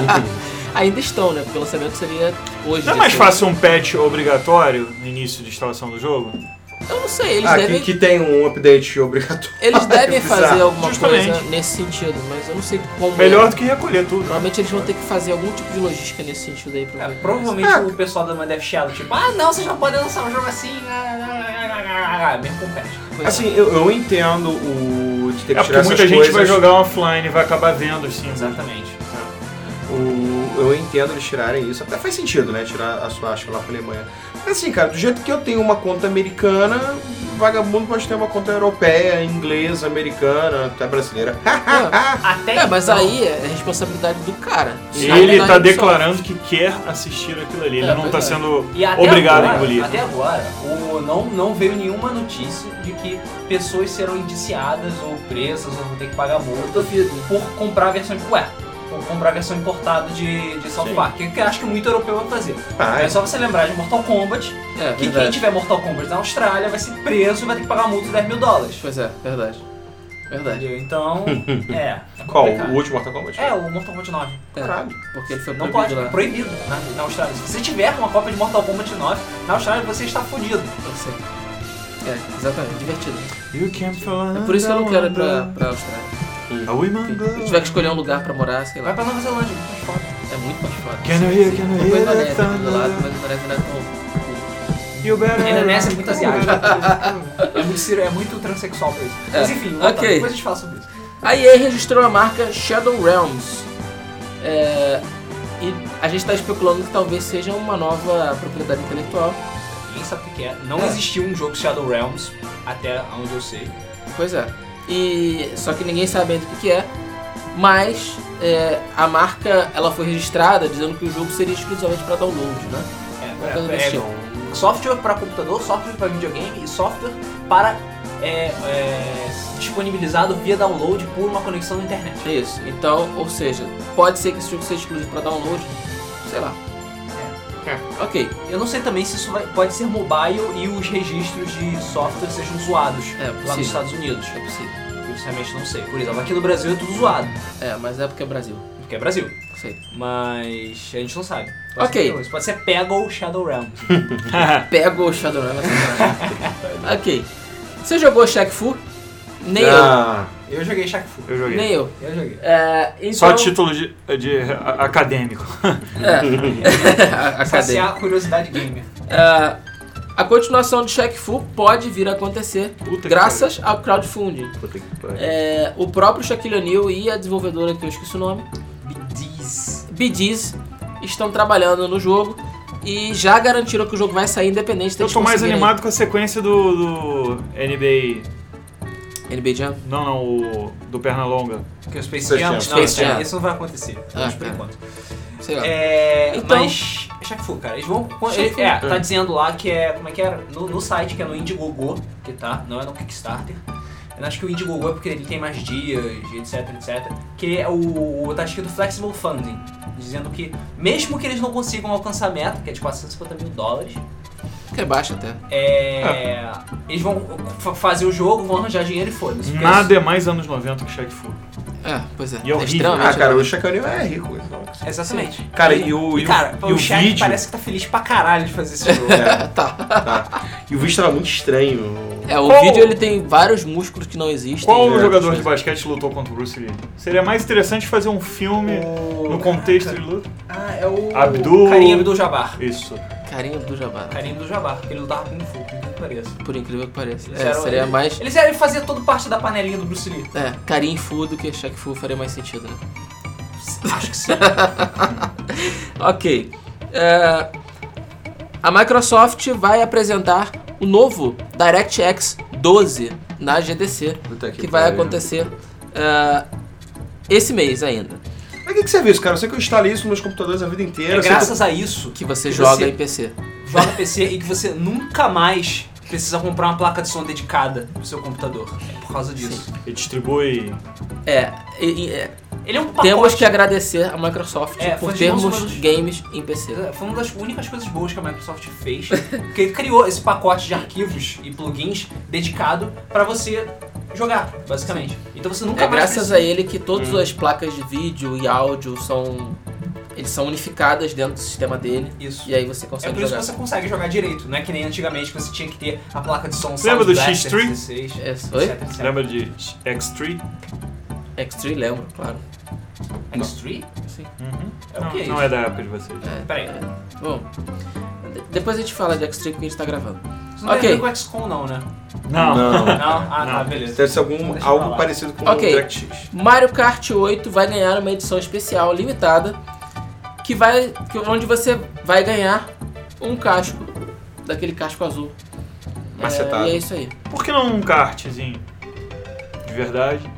[SPEAKER 1] Ainda estão, né? Porque o lançamento seria hoje.
[SPEAKER 4] Não é
[SPEAKER 1] dia
[SPEAKER 4] mais
[SPEAKER 1] seis.
[SPEAKER 4] fácil um patch obrigatório no início de instalação do jogo?
[SPEAKER 1] Eu não sei, eles
[SPEAKER 3] ah, que-
[SPEAKER 1] devem,
[SPEAKER 3] que, tem um update obrigatório.
[SPEAKER 1] eles devem fazer
[SPEAKER 3] Exato,
[SPEAKER 1] alguma coisa
[SPEAKER 4] justamente.
[SPEAKER 1] nesse sentido, mas eu não sei como.
[SPEAKER 4] Melhor do que recolher tudo.
[SPEAKER 1] Provavelmente eles vão ter que fazer algum tipo de logística nesse sentido aí pra
[SPEAKER 2] É,
[SPEAKER 1] ver.
[SPEAKER 2] provavelmente o pessoal da Alemanha deve chiar, tipo, ah não, vocês não podem lançar um jogo assim. ah, ah, ah, ah, ah", Mesmo com o patch.
[SPEAKER 1] Pois é.
[SPEAKER 3] Assim, eu, eu entendo o de ter que
[SPEAKER 4] É porque
[SPEAKER 3] tirar
[SPEAKER 4] muita
[SPEAKER 3] essas
[SPEAKER 4] gente vai
[SPEAKER 3] coisas.
[SPEAKER 4] jogar offline e vai acabar vendo assim, né? os cinzas.
[SPEAKER 2] Exatamente.
[SPEAKER 3] O- eu entendo eles tirarem isso. Até faz sentido, né? Tirar a suástica lá pra Alemanha. Mas assim, cara, do jeito que eu tenho uma conta americana, vagabundo pode ter uma conta europeia, inglesa, americana, até brasileira.
[SPEAKER 2] Até
[SPEAKER 1] É, mas
[SPEAKER 2] então-
[SPEAKER 1] aí é responsabilidade do cara. E não
[SPEAKER 4] Ele
[SPEAKER 1] da
[SPEAKER 4] tá
[SPEAKER 1] Ubisoft.
[SPEAKER 4] declarando que quer assistir aquilo ali. Ele
[SPEAKER 1] É,
[SPEAKER 4] não tá
[SPEAKER 1] verdade.
[SPEAKER 4] sendo
[SPEAKER 2] E até
[SPEAKER 4] obrigado a
[SPEAKER 2] agora,
[SPEAKER 4] engolir.
[SPEAKER 2] Até agora, o, não, não veio nenhuma notícia de que pessoas serão indiciadas ou presas ou vão ter que pagar multa por comprar a versão de ué, por comprar a versão importada de, de South
[SPEAKER 4] Sim.
[SPEAKER 2] Park, que eu acho que muito europeu vai fazer.
[SPEAKER 3] Ah,
[SPEAKER 2] É só você lembrar de Mortal Kombat,
[SPEAKER 1] É,
[SPEAKER 2] que quem
[SPEAKER 1] verdade.
[SPEAKER 2] tiver Mortal Kombat na Austrália vai ser preso e vai ter que pagar multa de 10 mil dólares.
[SPEAKER 1] Pois é, verdade. Verdade.
[SPEAKER 2] Entendeu? Então, é. é
[SPEAKER 3] Qual?
[SPEAKER 2] complicado.
[SPEAKER 3] O último Mortal Kombat?
[SPEAKER 2] É, o Mortal Kombat 9.
[SPEAKER 1] É,
[SPEAKER 3] Caralho.
[SPEAKER 1] porque ele foi
[SPEAKER 2] Não pode,
[SPEAKER 1] proibido né?
[SPEAKER 2] é
[SPEAKER 1] lá.
[SPEAKER 2] proibido na, na Austrália. Se você tiver uma cópia de Mortal Kombat 9 na Austrália, você está fodido.
[SPEAKER 1] Eu sei. É, exatamente, divertido.
[SPEAKER 4] You can't fall
[SPEAKER 1] É por isso que eu não quero ir pra,
[SPEAKER 4] under
[SPEAKER 1] pra Austrália.
[SPEAKER 4] a woman
[SPEAKER 1] Se eu
[SPEAKER 4] glow.
[SPEAKER 1] tiver que escolher um lugar pra morar, sei
[SPEAKER 2] Vai
[SPEAKER 1] lá,
[SPEAKER 2] pra Nova Zelândia, muito mais foda.
[SPEAKER 1] é muito mais foda.
[SPEAKER 4] Can you hear, can you
[SPEAKER 1] Não foi
[SPEAKER 4] hear
[SPEAKER 1] Indonésia
[SPEAKER 4] the
[SPEAKER 1] aqui do lado,
[SPEAKER 4] thunder?
[SPEAKER 1] mas Indonésia não é tão.
[SPEAKER 4] You better-
[SPEAKER 2] A Indonésia é muito asiática. É muito, ciro- é muito transexual pra isso.
[SPEAKER 1] É.
[SPEAKER 2] Mas enfim, voltando,
[SPEAKER 1] Ok.
[SPEAKER 2] depois a gente fala sobre isso.
[SPEAKER 1] A EA registrou a marca Shadow Realms. É, e a gente tá especulando que talvez seja uma nova propriedade intelectual.
[SPEAKER 2] Ninguém sabe o que que é. Não
[SPEAKER 1] É.
[SPEAKER 2] existiu um jogo Shadow Realms, até onde eu sei.
[SPEAKER 1] Pois é. E só que ninguém sabe ainda o que, que é. Mas é, a marca ela foi registrada dizendo que o jogo seria exclusivamente para download, né? Uma coisa
[SPEAKER 2] É,
[SPEAKER 1] desse
[SPEAKER 2] é,
[SPEAKER 1] tipo.
[SPEAKER 2] é software pra computador, software pra videogame e software para é, é, disponibilizado via download por uma conexão na internet.
[SPEAKER 1] É isso. Então, ou seja, pode ser que esse jogo seja exclusivo para download, sei lá. Ok,
[SPEAKER 2] Eu não sei também se isso vai- pode ser mobile e os registros de software sejam zoados
[SPEAKER 1] É,
[SPEAKER 2] lá
[SPEAKER 1] possível.
[SPEAKER 2] nos Estados Unidos.
[SPEAKER 1] é possível.
[SPEAKER 2] Eu sinceramente não sei. Por exemplo, aqui no Brasil é tudo zoado,
[SPEAKER 1] É, mas é porque é Brasil.
[SPEAKER 2] porque é Brasil.
[SPEAKER 1] Sei.
[SPEAKER 2] Mas a gente não sabe.
[SPEAKER 1] Ok.
[SPEAKER 2] Ser, isso pode ser Pega ou Shadow Realms.
[SPEAKER 1] Pega o Shadowrun. é sacanagem. ok. Você jogou Shaq Fu? Nem
[SPEAKER 3] Ah,
[SPEAKER 2] eu joguei Shaq Fu.
[SPEAKER 4] Eu
[SPEAKER 1] eu.
[SPEAKER 4] joguei.
[SPEAKER 1] Nem eu.
[SPEAKER 2] Eu joguei.
[SPEAKER 1] É, então...
[SPEAKER 4] Só título de, de a- acadêmico.
[SPEAKER 1] É. a, a cadeia.
[SPEAKER 2] Saciar a curiosidade gamer.
[SPEAKER 1] Ah, A continuação de Shaq Fu pode vir a acontecer
[SPEAKER 4] Puta que
[SPEAKER 1] graças ao crowdfunding.
[SPEAKER 3] Puta que pariu.
[SPEAKER 1] É, o próprio Shaquille O'Neal e a desenvolvedora, que eu esqueci o nome,
[SPEAKER 2] Diz.
[SPEAKER 1] BDs, estão trabalhando no jogo e já garantiram que né? o jogo vai sair independente.
[SPEAKER 4] Eu
[SPEAKER 1] deles
[SPEAKER 4] tô mais
[SPEAKER 1] conseguirem-
[SPEAKER 4] animado com a sequência do, do NBA.
[SPEAKER 1] NBA Jam?
[SPEAKER 4] Não, não, o do Pernalonga.
[SPEAKER 2] Que é o Space
[SPEAKER 3] Space
[SPEAKER 2] Jam.
[SPEAKER 3] Jam.
[SPEAKER 2] Não,
[SPEAKER 1] Space Jam.
[SPEAKER 2] Isso não vai acontecer.
[SPEAKER 1] Ah,
[SPEAKER 2] Mas por
[SPEAKER 1] tá.
[SPEAKER 2] enquanto.
[SPEAKER 1] Sei lá.
[SPEAKER 2] É,
[SPEAKER 1] Então-
[SPEAKER 2] mas. Shaq Fu, cara, eles vão.
[SPEAKER 1] Shaq Fu.
[SPEAKER 2] é, tá dizendo lá que é. Como é que era? No, no site, que é no Indiegogo, que tá, não é no Kickstarter. Eu acho que o Indiegogo é porque ele tem mais dias, etc, etc. Que é o, o. Tá escrito Flexible Funding. Dizendo que, mesmo que eles não consigam alcançar a meta, que é de 450 mil dólares,
[SPEAKER 1] Que é baixo até.
[SPEAKER 2] é, eles vão fa- fazer o jogo, vão arranjar dinheiro e foda-se. porque
[SPEAKER 4] Nada é mais anos 90 que Shaq Fu.
[SPEAKER 1] É, pois é.
[SPEAKER 4] E é
[SPEAKER 1] é
[SPEAKER 4] horrível.
[SPEAKER 1] extremamente
[SPEAKER 3] Ah, cara, o
[SPEAKER 1] horrível.
[SPEAKER 3] Shaquille O'Neal é rico, então.
[SPEAKER 2] isso- Exatamente.
[SPEAKER 3] Cara, e o, e o-
[SPEAKER 2] Cara,
[SPEAKER 4] e
[SPEAKER 2] o,
[SPEAKER 4] o
[SPEAKER 2] Shaq
[SPEAKER 4] vídeo?
[SPEAKER 2] parece que tá feliz pra caralho de fazer esse jogo.
[SPEAKER 3] É,
[SPEAKER 1] Tá.
[SPEAKER 3] tá. E o vídeo tava muito estranho.
[SPEAKER 1] É, o
[SPEAKER 4] Qual-
[SPEAKER 1] vídeo ele tem vários músculos que não existem.
[SPEAKER 4] Qual
[SPEAKER 3] é,
[SPEAKER 4] jogador
[SPEAKER 3] pois
[SPEAKER 4] de
[SPEAKER 3] é.
[SPEAKER 4] basquete lutou contra o Bruce Lee? Seria mais interessante fazer um filme no contexto de luta?
[SPEAKER 2] Ah, é o.
[SPEAKER 4] Abdul-
[SPEAKER 2] Carinha Abdul Jabbar.
[SPEAKER 4] Isso.
[SPEAKER 1] Carinho do Jabá.
[SPEAKER 2] Carinha Abdul Jabbar, porque ele lutava com o Fu, por incrível que pareça.
[SPEAKER 1] Por incrível que pareça.
[SPEAKER 2] Eles
[SPEAKER 1] É,
[SPEAKER 2] eram-
[SPEAKER 1] seria mais.
[SPEAKER 2] Eles ele fazia todo parte da panelinha do Bruce Lee.
[SPEAKER 1] É, carinho Fu do que Shaq Fu faria mais sentido, né?
[SPEAKER 2] Acho que sim.
[SPEAKER 1] Ok. É, a Microsoft vai apresentar o novo DirectX 12 na GDC,
[SPEAKER 3] Puta
[SPEAKER 1] que vai
[SPEAKER 3] pariu.
[SPEAKER 1] acontecer é, esse mês ainda.
[SPEAKER 3] Pra que, que serve isso, cara? Eu sei que eu instalei isso nos meus computadores a vida inteira.
[SPEAKER 2] É
[SPEAKER 3] eu sei que eu-
[SPEAKER 2] graças a isso
[SPEAKER 1] Que você
[SPEAKER 2] Que
[SPEAKER 1] joga
[SPEAKER 2] você-
[SPEAKER 1] em PC.
[SPEAKER 2] joga PC e que você nunca mais precisa comprar uma placa de som dedicada pro seu computador. É por causa disso.
[SPEAKER 4] E distribui.
[SPEAKER 1] É, e- e- é,
[SPEAKER 2] Ele é um pacote.
[SPEAKER 1] temos que agradecer a Microsoft
[SPEAKER 2] É,
[SPEAKER 1] por
[SPEAKER 2] foi de mãos
[SPEAKER 1] termos
[SPEAKER 2] dadas.
[SPEAKER 1] games em PC.
[SPEAKER 2] Foi uma das únicas coisas boas que a Microsoft fez, porque ele criou esse pacote de arquivos e plugins dedicado pra você jogar, basicamente. Então você nunca
[SPEAKER 1] É
[SPEAKER 2] mais
[SPEAKER 1] graças
[SPEAKER 2] precisa-
[SPEAKER 1] a ele que
[SPEAKER 2] Hum.
[SPEAKER 1] todas as placas de vídeo e áudio são eles são unificadas dentro do sistema dele
[SPEAKER 2] Isso.
[SPEAKER 1] e aí você
[SPEAKER 2] É
[SPEAKER 1] consegue
[SPEAKER 2] por isso
[SPEAKER 1] jogar.
[SPEAKER 2] que você consegue jogar direito, não é que nem antigamente que você tinha que ter a placa de som
[SPEAKER 4] Lembra do X3?
[SPEAKER 2] X3?
[SPEAKER 1] É, oi?
[SPEAKER 4] Lembra de X3?
[SPEAKER 1] X3 lembro, claro.
[SPEAKER 2] É X3?
[SPEAKER 1] Sim.
[SPEAKER 4] Uhum.
[SPEAKER 2] É o
[SPEAKER 4] Não,
[SPEAKER 2] que é
[SPEAKER 4] não
[SPEAKER 2] isso?
[SPEAKER 4] é da época de vocês.
[SPEAKER 1] É,
[SPEAKER 2] Peraí.
[SPEAKER 1] Bom, de- depois a gente fala de X-Trip que a gente tá gravando.
[SPEAKER 2] Isso não
[SPEAKER 1] Ok.
[SPEAKER 2] tem a ver com XCOM não, né?
[SPEAKER 4] Não.
[SPEAKER 3] Não.
[SPEAKER 2] Não? Ah, tá,
[SPEAKER 4] Não.
[SPEAKER 2] beleza.
[SPEAKER 3] Deve ser algum,
[SPEAKER 2] Deixa eu
[SPEAKER 3] algo
[SPEAKER 2] falar.
[SPEAKER 3] parecido com
[SPEAKER 1] Ok.
[SPEAKER 3] o DirectX.
[SPEAKER 1] Mario Kart 8 vai ganhar uma edição especial limitada que vai que, onde você vai ganhar um casco daquele casco azul.
[SPEAKER 3] Macetado.
[SPEAKER 1] É, e é isso aí.
[SPEAKER 4] Por que não um kartzinho? De verdade?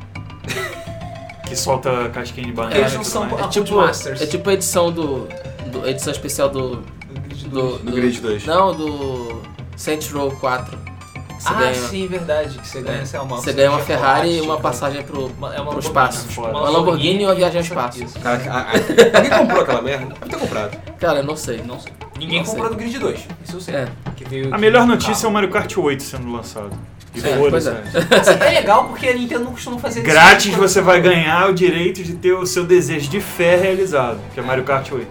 [SPEAKER 4] que solta casquinha de banana.
[SPEAKER 2] Porque eles
[SPEAKER 4] e
[SPEAKER 2] não
[SPEAKER 4] tudo
[SPEAKER 2] são
[SPEAKER 4] mais.
[SPEAKER 2] Ah,
[SPEAKER 1] É tipo,
[SPEAKER 2] Masters.
[SPEAKER 1] é tipo a edição do, do- edição especial do
[SPEAKER 2] Do grid
[SPEAKER 1] do,
[SPEAKER 2] dois.
[SPEAKER 3] Do Grid 2.
[SPEAKER 1] Não, do Saints Row 4. Você
[SPEAKER 2] Ah,
[SPEAKER 1] ganha, É.
[SPEAKER 2] sim, verdade. Que você ganha, sei lá, uma,
[SPEAKER 1] você ganha uma
[SPEAKER 2] chocolate,
[SPEAKER 1] Ferrari e uma
[SPEAKER 2] tipo,
[SPEAKER 1] passagem pro
[SPEAKER 2] Uma, é uma
[SPEAKER 1] pro
[SPEAKER 2] Lamborghini.
[SPEAKER 1] espaço.
[SPEAKER 4] Uma
[SPEAKER 1] Uma Lamborghini ou a viagem ao
[SPEAKER 2] Isso.
[SPEAKER 1] espaço.
[SPEAKER 3] Cara, a- a- alguém comprou aquela merda? Deve ter comprado.
[SPEAKER 1] Cara, eu não sei.
[SPEAKER 2] Não sei. Ninguém
[SPEAKER 1] Não sei.
[SPEAKER 2] comprou do Grid 2. Isso eu sei.
[SPEAKER 1] É.
[SPEAKER 2] Que veio
[SPEAKER 4] A melhor notícia é o Mario Kart 8 sendo lançado. E
[SPEAKER 1] É,
[SPEAKER 4] foda-se.
[SPEAKER 1] pois
[SPEAKER 4] né?
[SPEAKER 2] Nossa, Ah. é legal porque a Nintendo não costuma fazer tipo isso.
[SPEAKER 4] Grátis você vai ganhar o direito de ter o seu desejo de fé realizado, que é Mario Kart 8.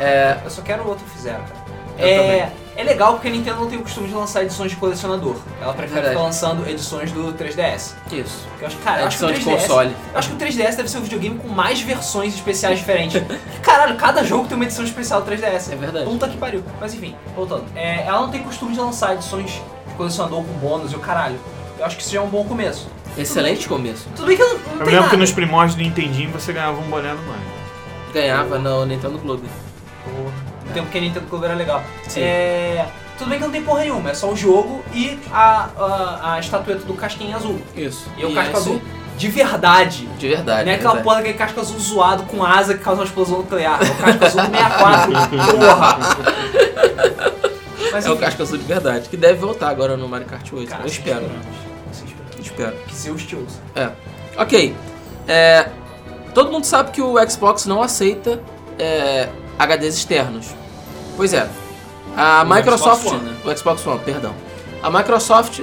[SPEAKER 1] é,
[SPEAKER 2] Eu só quero o outro que fizeram, cara.
[SPEAKER 1] Eu
[SPEAKER 2] É, é legal porque a Nintendo não tem o costume de lançar edições de colecionador. Ela prefere
[SPEAKER 1] Verdade.
[SPEAKER 2] ficar lançando edições do 3DS.
[SPEAKER 1] Isso.
[SPEAKER 2] Porque Eu acho, cara, eu acho que o
[SPEAKER 1] é Edição de
[SPEAKER 2] 3DS
[SPEAKER 1] console.
[SPEAKER 2] Eu acho que o 3DS deve ser o videogame com mais versões especiais diferentes. Caralho, cada jogo tem uma edição especial do 3DS.
[SPEAKER 1] É verdade.
[SPEAKER 2] Puta que pariu. Mas enfim, voltando. É, ela não tem costume de lançar edições de colecionador com bônus e o caralho. Eu acho que isso já é um bom começo.
[SPEAKER 1] Excelente começo.
[SPEAKER 2] Tudo bem que eu não, não
[SPEAKER 4] Eu
[SPEAKER 2] tem
[SPEAKER 4] lembro
[SPEAKER 2] nada.
[SPEAKER 4] que nos primórdios do Nintendinho você ganhava um boné do Mario.
[SPEAKER 1] Ganhava no Nintendo Clube.
[SPEAKER 2] No tempo que a Nintendo Club era legal.
[SPEAKER 1] Sim.
[SPEAKER 2] É, tudo bem que não tem porra nenhuma, é só o jogo e a, a, a estatueta do casquinho azul.
[SPEAKER 1] Isso.
[SPEAKER 2] E o
[SPEAKER 1] é
[SPEAKER 2] casco
[SPEAKER 1] isso
[SPEAKER 2] azul de verdade.
[SPEAKER 1] De verdade.
[SPEAKER 2] Não é
[SPEAKER 1] de
[SPEAKER 2] aquela
[SPEAKER 1] verdade.
[SPEAKER 2] porra daquele casco azul zoado com asa que causa uma explosão nuclear. É o casco azul do 64, porra. Mas
[SPEAKER 1] É o
[SPEAKER 2] enfim,
[SPEAKER 1] casco azul de verdade, que deve voltar agora no Mario Kart 8.
[SPEAKER 2] cara,
[SPEAKER 1] eu espero. né?
[SPEAKER 2] assim esperamos.
[SPEAKER 1] Espero.
[SPEAKER 2] Que Zeus te ouça.
[SPEAKER 1] É. Ok. É, todo mundo sabe que o Xbox não aceita é, HDs externos. Pois é. A
[SPEAKER 2] O
[SPEAKER 1] Microsoft.
[SPEAKER 2] Xbox One, né?
[SPEAKER 1] O Xbox One, perdão. A Microsoft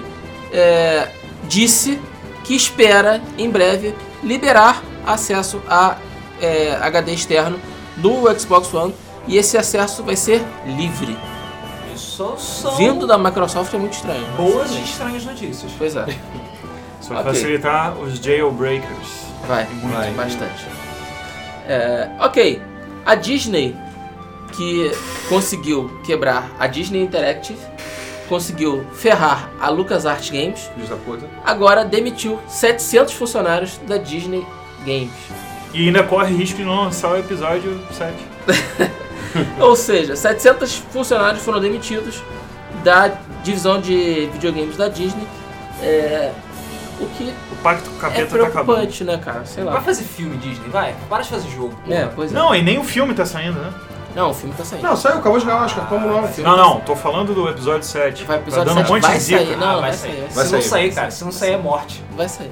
[SPEAKER 1] é, disse que espera em breve liberar acesso a é, HD externo do Xbox One e esse acesso vai ser livre.
[SPEAKER 2] Isso são
[SPEAKER 1] Vindo da Microsoft é muito estranho. mas
[SPEAKER 2] boas
[SPEAKER 1] tudo
[SPEAKER 2] e
[SPEAKER 1] bem.
[SPEAKER 2] estranhas notícias.
[SPEAKER 1] Pois é,
[SPEAKER 4] Isso vai
[SPEAKER 1] Ok.
[SPEAKER 4] facilitar os jailbreakers.
[SPEAKER 1] vai.
[SPEAKER 4] Muito.
[SPEAKER 3] Vai.
[SPEAKER 1] Bastante. É, ok, a Disney, que conseguiu quebrar a Disney Interactive, conseguiu ferrar a LucasArts Games,
[SPEAKER 3] Filhos da puta.
[SPEAKER 1] agora demitiu 700 funcionários da Disney Games.
[SPEAKER 4] E ainda corre risco de não lançar o episódio 7.
[SPEAKER 1] Ou seja, 700 funcionários foram demitidos da divisão de videogames da Disney. É, o que
[SPEAKER 4] O pacto com
[SPEAKER 1] é
[SPEAKER 4] o capeta tá acabando.
[SPEAKER 1] preocupante, né, cara? Sei
[SPEAKER 2] Vai
[SPEAKER 1] lá.
[SPEAKER 2] fazer filme, Disney, vai. Para de fazer jogo. porra.
[SPEAKER 1] É, pois é.
[SPEAKER 4] Não, e nem o filme tá saindo, né?
[SPEAKER 1] Não, o filme tá saindo.
[SPEAKER 3] Não, saiu, acabou de ganhar o Oscar, como não?
[SPEAKER 1] filme
[SPEAKER 4] Não,
[SPEAKER 1] tá
[SPEAKER 4] não, tô falando do episódio 7.
[SPEAKER 1] Vai, episódio
[SPEAKER 4] tá dando
[SPEAKER 1] 7
[SPEAKER 4] um monte
[SPEAKER 1] vai
[SPEAKER 4] de zica.
[SPEAKER 1] sair, não,
[SPEAKER 2] Ah,
[SPEAKER 1] vai
[SPEAKER 2] vai
[SPEAKER 1] sair,
[SPEAKER 2] sair.
[SPEAKER 1] vai
[SPEAKER 2] Se
[SPEAKER 3] sair.
[SPEAKER 2] não sair, cara, se não sair é morte.
[SPEAKER 1] Vai sair.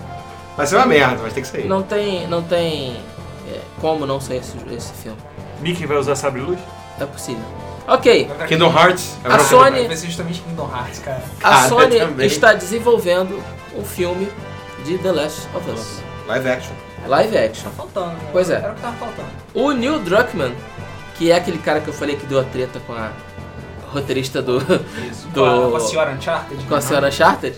[SPEAKER 3] Vai ser uma merda, mas tem que sair.
[SPEAKER 1] Não tem, não tem é, como não sair esse, esse filme.
[SPEAKER 4] Mickey vai usar sabre-luz?
[SPEAKER 1] É possível. Ok,
[SPEAKER 3] Kingdom Hearts. é
[SPEAKER 1] A
[SPEAKER 3] uma
[SPEAKER 1] Sony-
[SPEAKER 2] Vai ser justamente Kingdom Hearts, cara.
[SPEAKER 1] a
[SPEAKER 3] Cara,
[SPEAKER 1] Sony
[SPEAKER 3] também.
[SPEAKER 1] está desenvolvendo um filme de The Last of Us.
[SPEAKER 3] Live action.
[SPEAKER 1] Live action.
[SPEAKER 2] Tá faltando. né?
[SPEAKER 1] Pois é.
[SPEAKER 2] Era o que tava faltando.
[SPEAKER 1] O Neil Druckmann, que é aquele cara que eu falei que deu a treta com a roteirista do,
[SPEAKER 2] Isso.
[SPEAKER 1] Do-
[SPEAKER 2] Com a- com a senhora Uncharted. né?
[SPEAKER 1] com a senhora Charter,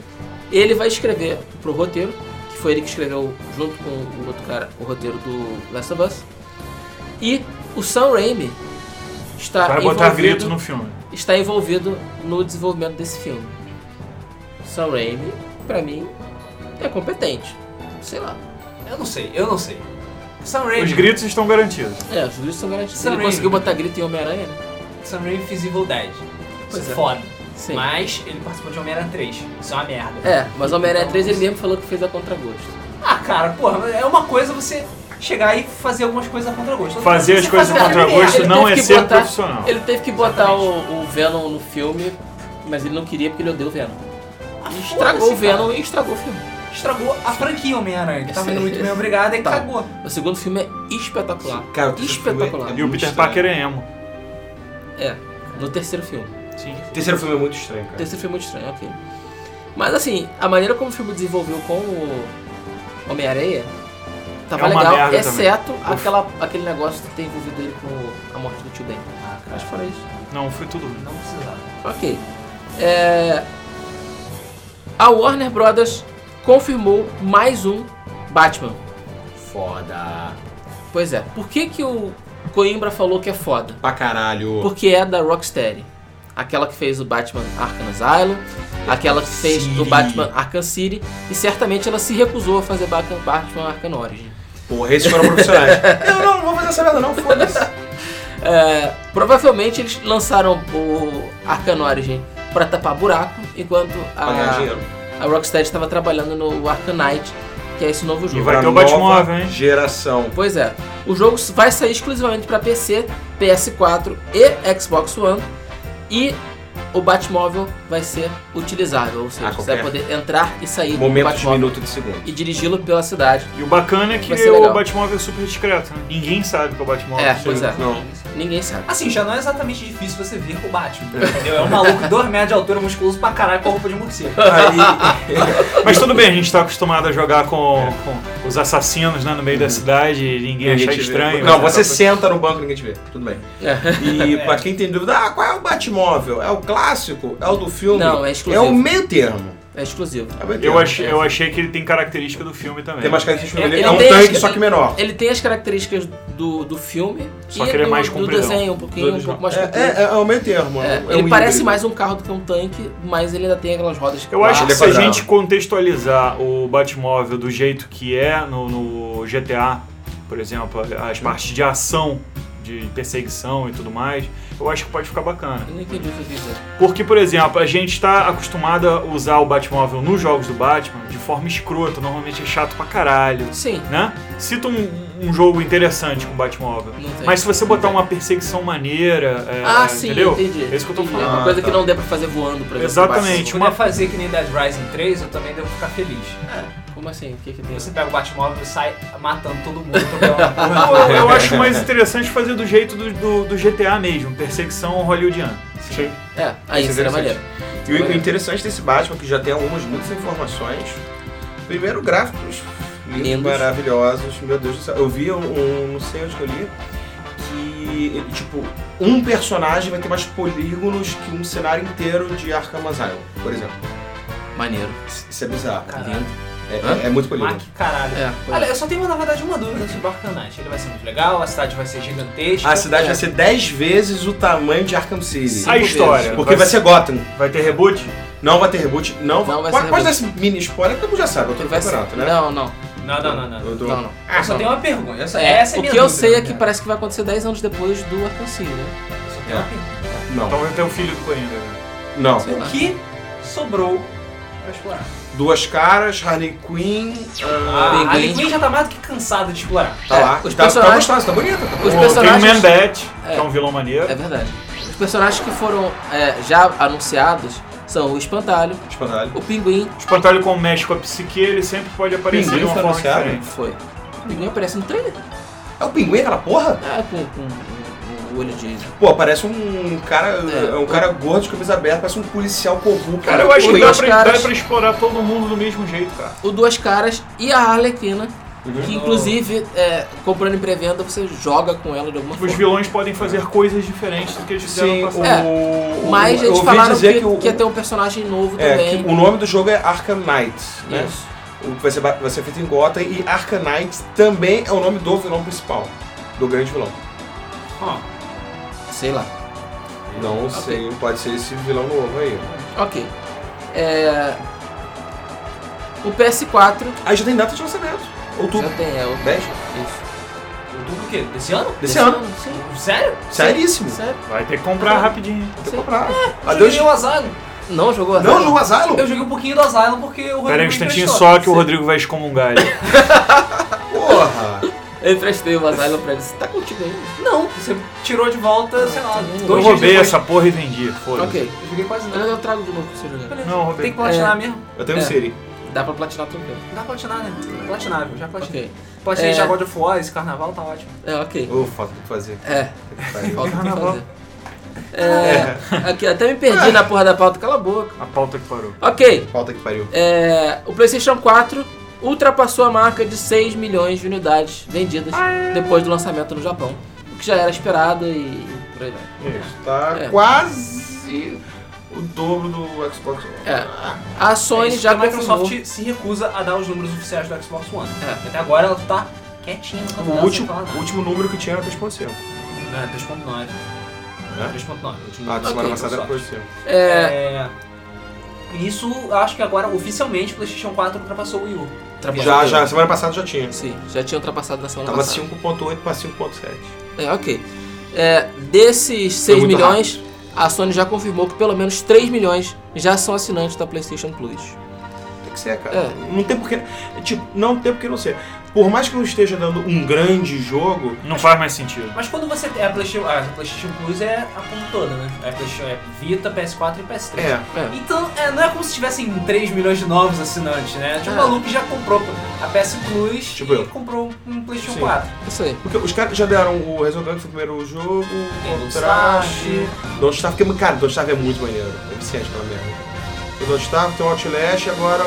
[SPEAKER 1] ele vai escrever pro roteiro, que foi ele que escreveu junto com o outro cara, o roteiro do Last of Us. E o Sam Raimi está
[SPEAKER 4] Vai botar
[SPEAKER 1] Tá envolvido,
[SPEAKER 4] grito no filme.
[SPEAKER 1] está envolvido no desenvolvimento desse filme. Sam Raimi, pra mim, é competente. Sei lá.
[SPEAKER 2] Eu não sei, eu não sei. Sam
[SPEAKER 4] Os
[SPEAKER 2] Raimi.
[SPEAKER 4] gritos estão garantidos.
[SPEAKER 1] É, os gritos são garantidos.
[SPEAKER 2] Sam
[SPEAKER 1] Ele
[SPEAKER 2] Raimi.
[SPEAKER 1] conseguiu botar grito em Homem-Aranha, né?
[SPEAKER 2] Sam Raimi fez Evil Dead.
[SPEAKER 1] Pois
[SPEAKER 2] Isso é
[SPEAKER 1] é.
[SPEAKER 2] foda.
[SPEAKER 1] Sim.
[SPEAKER 2] Mas ele participou de Homem-Aranha 3. Isso é uma merda.
[SPEAKER 1] É, mas Homem-Aranha
[SPEAKER 2] Então,
[SPEAKER 1] 3 ele mesmo falou que fez a contragosto.
[SPEAKER 2] Ah, cara, porra, é uma coisa você chegar e fazer algumas coisas a
[SPEAKER 1] Então,
[SPEAKER 2] contragosto. Outra
[SPEAKER 4] Fazer
[SPEAKER 2] coisa é
[SPEAKER 4] as coisas
[SPEAKER 2] você
[SPEAKER 4] a
[SPEAKER 2] fazer a
[SPEAKER 4] contragosto
[SPEAKER 2] merda.
[SPEAKER 1] Ele
[SPEAKER 4] não
[SPEAKER 1] teve
[SPEAKER 4] é
[SPEAKER 1] que
[SPEAKER 4] ser
[SPEAKER 1] botar-
[SPEAKER 4] profissional.
[SPEAKER 1] Ele teve que botar o, o Venom no filme, mas ele não queria porque ele odeia o Venom.
[SPEAKER 2] Ah,
[SPEAKER 1] E
[SPEAKER 2] foda-se,
[SPEAKER 1] estragou o
[SPEAKER 2] cara.
[SPEAKER 1] Venom e estragou o filme.
[SPEAKER 2] Estragou a franquia Homem-Aranha, que tava
[SPEAKER 1] Sim.
[SPEAKER 2] indo muito bem obrigado e
[SPEAKER 1] Tá.
[SPEAKER 2] cagou.
[SPEAKER 1] O segundo filme é espetacular.
[SPEAKER 3] Cara, o terceiro filme
[SPEAKER 1] espetacular.
[SPEAKER 4] E o Peter Parker é emo.
[SPEAKER 1] É, no terceiro filme.
[SPEAKER 4] Sim.
[SPEAKER 3] O terceiro filme é muito estranho,
[SPEAKER 1] O
[SPEAKER 3] cara.
[SPEAKER 1] terceiro filme é muito estranho, ok. Mas assim, a maneira como o filme desenvolveu com o Homem-Areia tava
[SPEAKER 4] É uma
[SPEAKER 1] legal,
[SPEAKER 4] merda
[SPEAKER 1] exceto
[SPEAKER 4] também.
[SPEAKER 1] aquela, aquele negócio que tem envolvido ele com a morte do tio Ben. Mas Ah, fora isso.
[SPEAKER 4] Não, foi tudo.
[SPEAKER 2] Não precisava.
[SPEAKER 1] Ok. É, A Warner Brothers confirmou mais um Batman.
[SPEAKER 3] Foda.
[SPEAKER 1] Pois é. Por que, que o Coimbra falou que é foda?
[SPEAKER 3] Pra caralho.
[SPEAKER 1] Porque é da Rocksteady. Aquela que fez o Batman Arkham Asylum, aquela que fez o
[SPEAKER 3] City.
[SPEAKER 1] Batman Arkham City, e certamente ela se recusou a fazer Batman Batman Arkham Origins.
[SPEAKER 3] Porra, esses foram profissionais. eu não, não vou fazer essa merda, não, foda-se.
[SPEAKER 1] Ah. É, provavelmente eles lançaram o Arkham Origin pra tapar buraco, enquanto a,
[SPEAKER 3] Pra ganhar dinheiro.
[SPEAKER 1] a Rocksteady estava trabalhando no Arkham Knight, que é esse novo jogo.
[SPEAKER 4] vai
[SPEAKER 3] Pra
[SPEAKER 4] ter o
[SPEAKER 3] nova
[SPEAKER 4] Batmóvel, hein?
[SPEAKER 3] Geração.
[SPEAKER 1] Pois é, o jogo vai sair exclusivamente para PC, PS4 e Xbox One e o Batmóvel vai ser utilizável, ou seja,
[SPEAKER 3] Ah,
[SPEAKER 1] você vai
[SPEAKER 3] qualquer
[SPEAKER 1] poder entrar e sair do
[SPEAKER 3] Momentos de
[SPEAKER 1] Batmóvel
[SPEAKER 3] minuto de segundo.
[SPEAKER 1] e dirigi-lo pela cidade.
[SPEAKER 4] E o bacana é que
[SPEAKER 1] Vai ser
[SPEAKER 4] o
[SPEAKER 1] legal.
[SPEAKER 4] Batmóvel é super discreto. né? Ninguém sabe que é o Batmóvel.
[SPEAKER 1] É, pois é.
[SPEAKER 3] Não.
[SPEAKER 1] Ninguém sabe.
[SPEAKER 2] Assim, já não é exatamente difícil você ver o Batman, entendeu? É um maluco de 2 metros de altura, musculoso pra caralho, com a roupa de morcego.
[SPEAKER 3] Aí,
[SPEAKER 4] Mas tudo bem, a gente tá acostumado a jogar com,
[SPEAKER 3] É,
[SPEAKER 4] com os assassinos né, no meio da cidade e ninguém achar
[SPEAKER 3] Uhum. te vê.
[SPEAKER 4] estranho. né?
[SPEAKER 3] Não,
[SPEAKER 4] mas
[SPEAKER 3] você
[SPEAKER 4] era-
[SPEAKER 3] senta no banco e ninguém te vê. Tudo bem.
[SPEAKER 1] É.
[SPEAKER 3] E
[SPEAKER 2] É.
[SPEAKER 3] pra quem tem dúvida, ah, qual é o Batmóvel? É o clássico? É o do filme?
[SPEAKER 1] Não, é exclusivo.
[SPEAKER 3] É o meio termo.
[SPEAKER 1] É exclusivo.
[SPEAKER 3] É o meio termo.
[SPEAKER 4] Eu achei, eu achei que ele tem característica do filme também.
[SPEAKER 3] Tem mais características
[SPEAKER 1] Ele-
[SPEAKER 3] dele. É
[SPEAKER 1] ele
[SPEAKER 3] um
[SPEAKER 1] tem-
[SPEAKER 3] tanque, só que menor.
[SPEAKER 1] Ele tem as características do, do filme
[SPEAKER 4] Só
[SPEAKER 1] e
[SPEAKER 4] que ele é
[SPEAKER 1] do,
[SPEAKER 4] mais
[SPEAKER 1] do
[SPEAKER 4] compridão.
[SPEAKER 1] desenho, um pouquinho, um
[SPEAKER 4] Dois
[SPEAKER 1] pouco mais
[SPEAKER 3] É,
[SPEAKER 1] comprido.
[SPEAKER 3] é- é o meio termo.
[SPEAKER 1] É,
[SPEAKER 3] é um- é
[SPEAKER 1] ele
[SPEAKER 3] um
[SPEAKER 1] parece
[SPEAKER 3] híbrido.
[SPEAKER 1] mais um carro do que um tanque, mas ele ainda tem aquelas rodas
[SPEAKER 4] Eu acho
[SPEAKER 3] ele
[SPEAKER 4] que
[SPEAKER 3] é
[SPEAKER 4] se a
[SPEAKER 3] quadrado.
[SPEAKER 4] gente contextualizar o Batmóvel do jeito que é no, no GTA, por exemplo,
[SPEAKER 3] Uhum.
[SPEAKER 4] as partes de ação, de perseguição e tudo mais, eu acho que pode ficar bacana.
[SPEAKER 1] Eu não entendi o que eu quis dizer.
[SPEAKER 4] Porque, por exemplo, a gente está acostumado a usar o Batmóvel nos jogos do Batman de forma escrota, normalmente é chato pra caralho,
[SPEAKER 1] Sim,
[SPEAKER 4] né? Cita um, um jogo interessante com o Batmóvel.
[SPEAKER 1] não tem.
[SPEAKER 4] Mas se você botar uma perseguição maneira, é,
[SPEAKER 1] Ah, sim,
[SPEAKER 4] entendeu?
[SPEAKER 1] entendi.
[SPEAKER 4] É isso que eu tô
[SPEAKER 1] Entendi.
[SPEAKER 4] falando.
[SPEAKER 1] Uma
[SPEAKER 3] Ah,
[SPEAKER 1] coisa
[SPEAKER 3] tá.
[SPEAKER 1] que não dê pra fazer voando, por exemplo.
[SPEAKER 4] Exatamente.
[SPEAKER 2] Se puder fazer que nem Dead Rising 3, eu também devo ficar feliz.
[SPEAKER 1] Como assim? O que que tem?
[SPEAKER 2] Você pega o Batmóvel e sai matando todo mundo. é atropelando
[SPEAKER 1] Ah.
[SPEAKER 2] todo mundo.
[SPEAKER 4] Eu, eu acho mais interessante fazer do jeito do, do- do GTA mesmo, perseguição hollywoodiana.
[SPEAKER 1] É, aí
[SPEAKER 3] Isso é
[SPEAKER 1] seria maneiro.
[SPEAKER 3] interessante. E o, o interessante desse Batman, que já tem algumas muitas informações. Primeiro, gráficos lindos,
[SPEAKER 1] Lindos.
[SPEAKER 3] maravilhosos. Meu Deus do céu. Eu vi um, um- não sei onde que eu li, que, ele, tipo, um personagem vai ter mais polígonos que um cenário inteiro de Arkham Asylum, por exemplo.
[SPEAKER 1] Maneiro.
[SPEAKER 3] Isso isso é bizarro.
[SPEAKER 2] Caralho.
[SPEAKER 1] Hã?
[SPEAKER 3] É- É, é muito polígono.
[SPEAKER 2] Mac, caralho.
[SPEAKER 1] É, pois é.
[SPEAKER 2] Olha, eu só tenho, na verdade, uma dúvida sobre Arkham Knight. Ele vai ser muito legal, a cidade vai ser gigantesca.
[SPEAKER 3] A cidade
[SPEAKER 1] É.
[SPEAKER 3] vai ser 10 vezes o tamanho de Arkham City.
[SPEAKER 4] A história.
[SPEAKER 3] Porque vai ser Gotham.
[SPEAKER 4] Vai ter reboot?
[SPEAKER 3] Não vai ter reboot. Não,
[SPEAKER 1] Não vai
[SPEAKER 3] pode,
[SPEAKER 1] ser
[SPEAKER 3] pode dar esse mini spoiler, todo mundo já sabe. Eu tô no
[SPEAKER 1] Vai ser-
[SPEAKER 3] campeonato, né?
[SPEAKER 1] Não, não.
[SPEAKER 2] Não, Ah, não, não, não.
[SPEAKER 3] Eu tô-
[SPEAKER 1] Não, não.
[SPEAKER 2] eu só tenho uma pergunta. Essa,
[SPEAKER 1] Ah, É,
[SPEAKER 2] essa é a
[SPEAKER 1] o
[SPEAKER 2] minha
[SPEAKER 1] que eu
[SPEAKER 2] dúvida,
[SPEAKER 1] sei é que
[SPEAKER 2] cara.
[SPEAKER 1] parece que vai acontecer 10 anos depois do Arkham City, né?
[SPEAKER 2] Só tenho uma pergunta.
[SPEAKER 3] Não.
[SPEAKER 4] Então vai ter o filho do Coringa.
[SPEAKER 3] Não.
[SPEAKER 1] Sei lá.
[SPEAKER 2] O que sobrou pra explorar?
[SPEAKER 3] Duas caras, Harley Quinn. ah,
[SPEAKER 2] A
[SPEAKER 1] Pinguim.
[SPEAKER 2] Harley Quinn já tá mais do que cansada de explorar.
[SPEAKER 3] tá
[SPEAKER 1] É,
[SPEAKER 3] lá.
[SPEAKER 1] os
[SPEAKER 3] tá,
[SPEAKER 1] personagens-
[SPEAKER 3] tá gostosa, tá bonita. Tá
[SPEAKER 1] Os
[SPEAKER 3] boa.
[SPEAKER 4] Tem o Man
[SPEAKER 1] personagens...
[SPEAKER 4] Bat, que
[SPEAKER 1] É.
[SPEAKER 4] é um vilão maneiro.
[SPEAKER 1] É verdade. Os personagens que foram é, já anunciados são o Espantalho,
[SPEAKER 3] Espantalho.
[SPEAKER 1] o Pinguim,
[SPEAKER 4] Espantalho com o México Tipo, a psique, ele sempre pode aparecer
[SPEAKER 3] Pinguim
[SPEAKER 4] de uma
[SPEAKER 3] foi
[SPEAKER 4] forma
[SPEAKER 3] anunciado?
[SPEAKER 4] diferente.
[SPEAKER 1] foi. O Pinguim aparece no trailer.
[SPEAKER 3] É o pinguim aquela porra?
[SPEAKER 1] Ah, com, com- com o olho de...
[SPEAKER 3] Pô, parece um cara. É. Um cara gordo de cabeça aberta, parece um policial corrupto.
[SPEAKER 4] Cara, eu acho
[SPEAKER 1] Os
[SPEAKER 4] que dá
[SPEAKER 1] dois
[SPEAKER 4] pra,
[SPEAKER 1] caras-
[SPEAKER 4] dá pra explorar todo mundo do mesmo jeito, cara.
[SPEAKER 1] O Duas Caras e a Arlequina,
[SPEAKER 3] Uhum.
[SPEAKER 1] que inclusive, é, comprando em pré-venda, você joga com ela de alguma
[SPEAKER 4] Os
[SPEAKER 1] forma.
[SPEAKER 4] vilões podem fazer coisas diferentes do que eles fizeram
[SPEAKER 3] Sim,
[SPEAKER 4] no
[SPEAKER 3] o,
[SPEAKER 4] passado.
[SPEAKER 3] o-
[SPEAKER 1] É, Mas
[SPEAKER 3] eu
[SPEAKER 1] eles
[SPEAKER 3] ouvi
[SPEAKER 1] falaram
[SPEAKER 3] dizer
[SPEAKER 1] que,
[SPEAKER 3] o-
[SPEAKER 1] que ia ter um personagem novo
[SPEAKER 3] é,
[SPEAKER 1] também.
[SPEAKER 3] que o nome do jogo é Arkham Knight, né?
[SPEAKER 1] Isso.
[SPEAKER 3] O que vai ser, ba- vai ser feito em Gotham e Arkham Knight também é o nome do vilão principal, do grande vilão.
[SPEAKER 2] Ó,
[SPEAKER 1] Sei lá.
[SPEAKER 3] Não sei, pode ser esse vilão novo aí.
[SPEAKER 1] Ok. É... O PS4
[SPEAKER 3] Aí já tem data de lançamento. Outubro.
[SPEAKER 1] já tem, é o
[SPEAKER 3] 10?
[SPEAKER 1] isso.
[SPEAKER 2] outubro o quê? Desse ano?
[SPEAKER 3] Né? Desse ano. Hum.
[SPEAKER 1] Sim,
[SPEAKER 2] Sério?
[SPEAKER 3] Seríssimo.
[SPEAKER 1] sério.
[SPEAKER 4] Vai ter que comprar rapidinho.
[SPEAKER 3] Tem que
[SPEAKER 1] sim.
[SPEAKER 3] comprar.
[SPEAKER 2] Eu
[SPEAKER 3] Adeus.
[SPEAKER 2] joguei o Asylum.
[SPEAKER 1] Não jogou
[SPEAKER 3] Não,
[SPEAKER 1] Asylum?
[SPEAKER 3] no Asylum?
[SPEAKER 2] Eu joguei um pouquinho do Asylum porque o Rodrigo
[SPEAKER 4] Pera aí um
[SPEAKER 2] me
[SPEAKER 4] instantinho
[SPEAKER 2] emprestou.
[SPEAKER 4] só que o Rodrigo vai excomungar ele.
[SPEAKER 3] Porra!
[SPEAKER 1] Eu emprestei o Asylum pra ele. Você tá contigo aí?
[SPEAKER 2] Não, você tirou de volta, sei lá, dois
[SPEAKER 4] Eu
[SPEAKER 2] dias
[SPEAKER 4] roubei
[SPEAKER 2] depois.
[SPEAKER 4] essa porra e vendi, foda-se.
[SPEAKER 1] Ok.
[SPEAKER 2] Eu joguei quase
[SPEAKER 1] Eu,
[SPEAKER 2] nada.
[SPEAKER 1] eu trago de novo pra você jogar.
[SPEAKER 2] Beleza.
[SPEAKER 4] Não, eu
[SPEAKER 2] Tem
[SPEAKER 4] roubei.
[SPEAKER 2] que platinar mesmo.
[SPEAKER 3] Eu tenho
[SPEAKER 1] É.
[SPEAKER 3] um Siri.
[SPEAKER 1] Dá pra platinar também.
[SPEAKER 2] Dá pra platinar, né? Platinável, já platinei.
[SPEAKER 1] Ok.
[SPEAKER 2] Platinei
[SPEAKER 1] É.
[SPEAKER 2] já God of War, esse carnaval tá ótimo.
[SPEAKER 1] É, ok.
[SPEAKER 3] Ô, falta o que fazer.
[SPEAKER 1] É,
[SPEAKER 3] Pariu.
[SPEAKER 1] falta o que
[SPEAKER 4] Carnaval.
[SPEAKER 1] fazer. É, aqui, até me perdi na porra da pauta, cala a boca.
[SPEAKER 4] A pauta que parou.
[SPEAKER 1] Ok,
[SPEAKER 3] Falta que pariu.
[SPEAKER 1] é, o PlayStation 4 ultrapassou a marca de 6 milhões de unidades vendidas depois do lançamento no Japão, o que já era esperado e por aí vai.
[SPEAKER 4] Isso.
[SPEAKER 3] Tá
[SPEAKER 1] É.
[SPEAKER 3] quase o dobro do Xbox One. Ah,
[SPEAKER 1] É. A Sony
[SPEAKER 2] É isso
[SPEAKER 1] já
[SPEAKER 2] que a Microsoft
[SPEAKER 1] confirmou.
[SPEAKER 2] se recusa a dar os números oficiais do Xbox One.
[SPEAKER 1] É.
[SPEAKER 2] Até agora ela tá quietinha no
[SPEAKER 3] O
[SPEAKER 2] campeonato,
[SPEAKER 3] último,
[SPEAKER 2] sem falar
[SPEAKER 3] o
[SPEAKER 2] nada.
[SPEAKER 3] último número que tinha era 3.5.
[SPEAKER 2] É, 3.9.
[SPEAKER 3] Né?
[SPEAKER 2] 3.9. o último
[SPEAKER 3] Ah, da semana
[SPEAKER 1] Ok,
[SPEAKER 3] passada era
[SPEAKER 2] Microsoft.
[SPEAKER 3] 3.5.
[SPEAKER 1] É,
[SPEAKER 2] É. Isso, acho que agora, oficialmente, o PlayStation 4 ultrapassou o Wii U.
[SPEAKER 1] ultrapassou.
[SPEAKER 3] Já, já, semana passada já tinha.
[SPEAKER 1] Sim, já tinha ultrapassado na semana
[SPEAKER 3] Tava assim
[SPEAKER 1] passada.
[SPEAKER 3] 5.8 pra 5.7.
[SPEAKER 1] É, ok. É, desses 6
[SPEAKER 3] muito
[SPEAKER 1] milhões, a Sony já confirmou que pelo menos 3 milhões já são assinantes da PlayStation Plus.
[SPEAKER 3] Tem que ser, cara.
[SPEAKER 1] É.
[SPEAKER 3] Não tem porque. Tipo, não tem porque não ser. Por mais que não esteja dando um grande jogo,
[SPEAKER 4] Não faz mais sentido.
[SPEAKER 2] Mas quando você. É a PlayStation, ah, a PlayStation Plus é a como toda, né? É, a PlayStation, é Vita, PS4 e PS3.
[SPEAKER 3] é.
[SPEAKER 1] É,
[SPEAKER 2] Então, é, não é como se tivessem 3 milhões de novos assinantes, né? Tipo,
[SPEAKER 1] É.
[SPEAKER 2] o maluco que já comprou a PS Plus
[SPEAKER 3] Tipo
[SPEAKER 2] e
[SPEAKER 3] eu.
[SPEAKER 2] comprou um PlayStation
[SPEAKER 3] Sim.
[SPEAKER 2] 4.
[SPEAKER 1] isso aí.
[SPEAKER 3] Porque os caras já deram o Resogun, que foi o primeiro jogo,
[SPEAKER 2] Tem um
[SPEAKER 3] o
[SPEAKER 2] Don't
[SPEAKER 3] Trash,
[SPEAKER 2] Starve.
[SPEAKER 3] Don't Starve, porque, cara, Don't Starve é muito maneiro, é viciante aquela merda. O Don't Starve, tem o Outlast e agora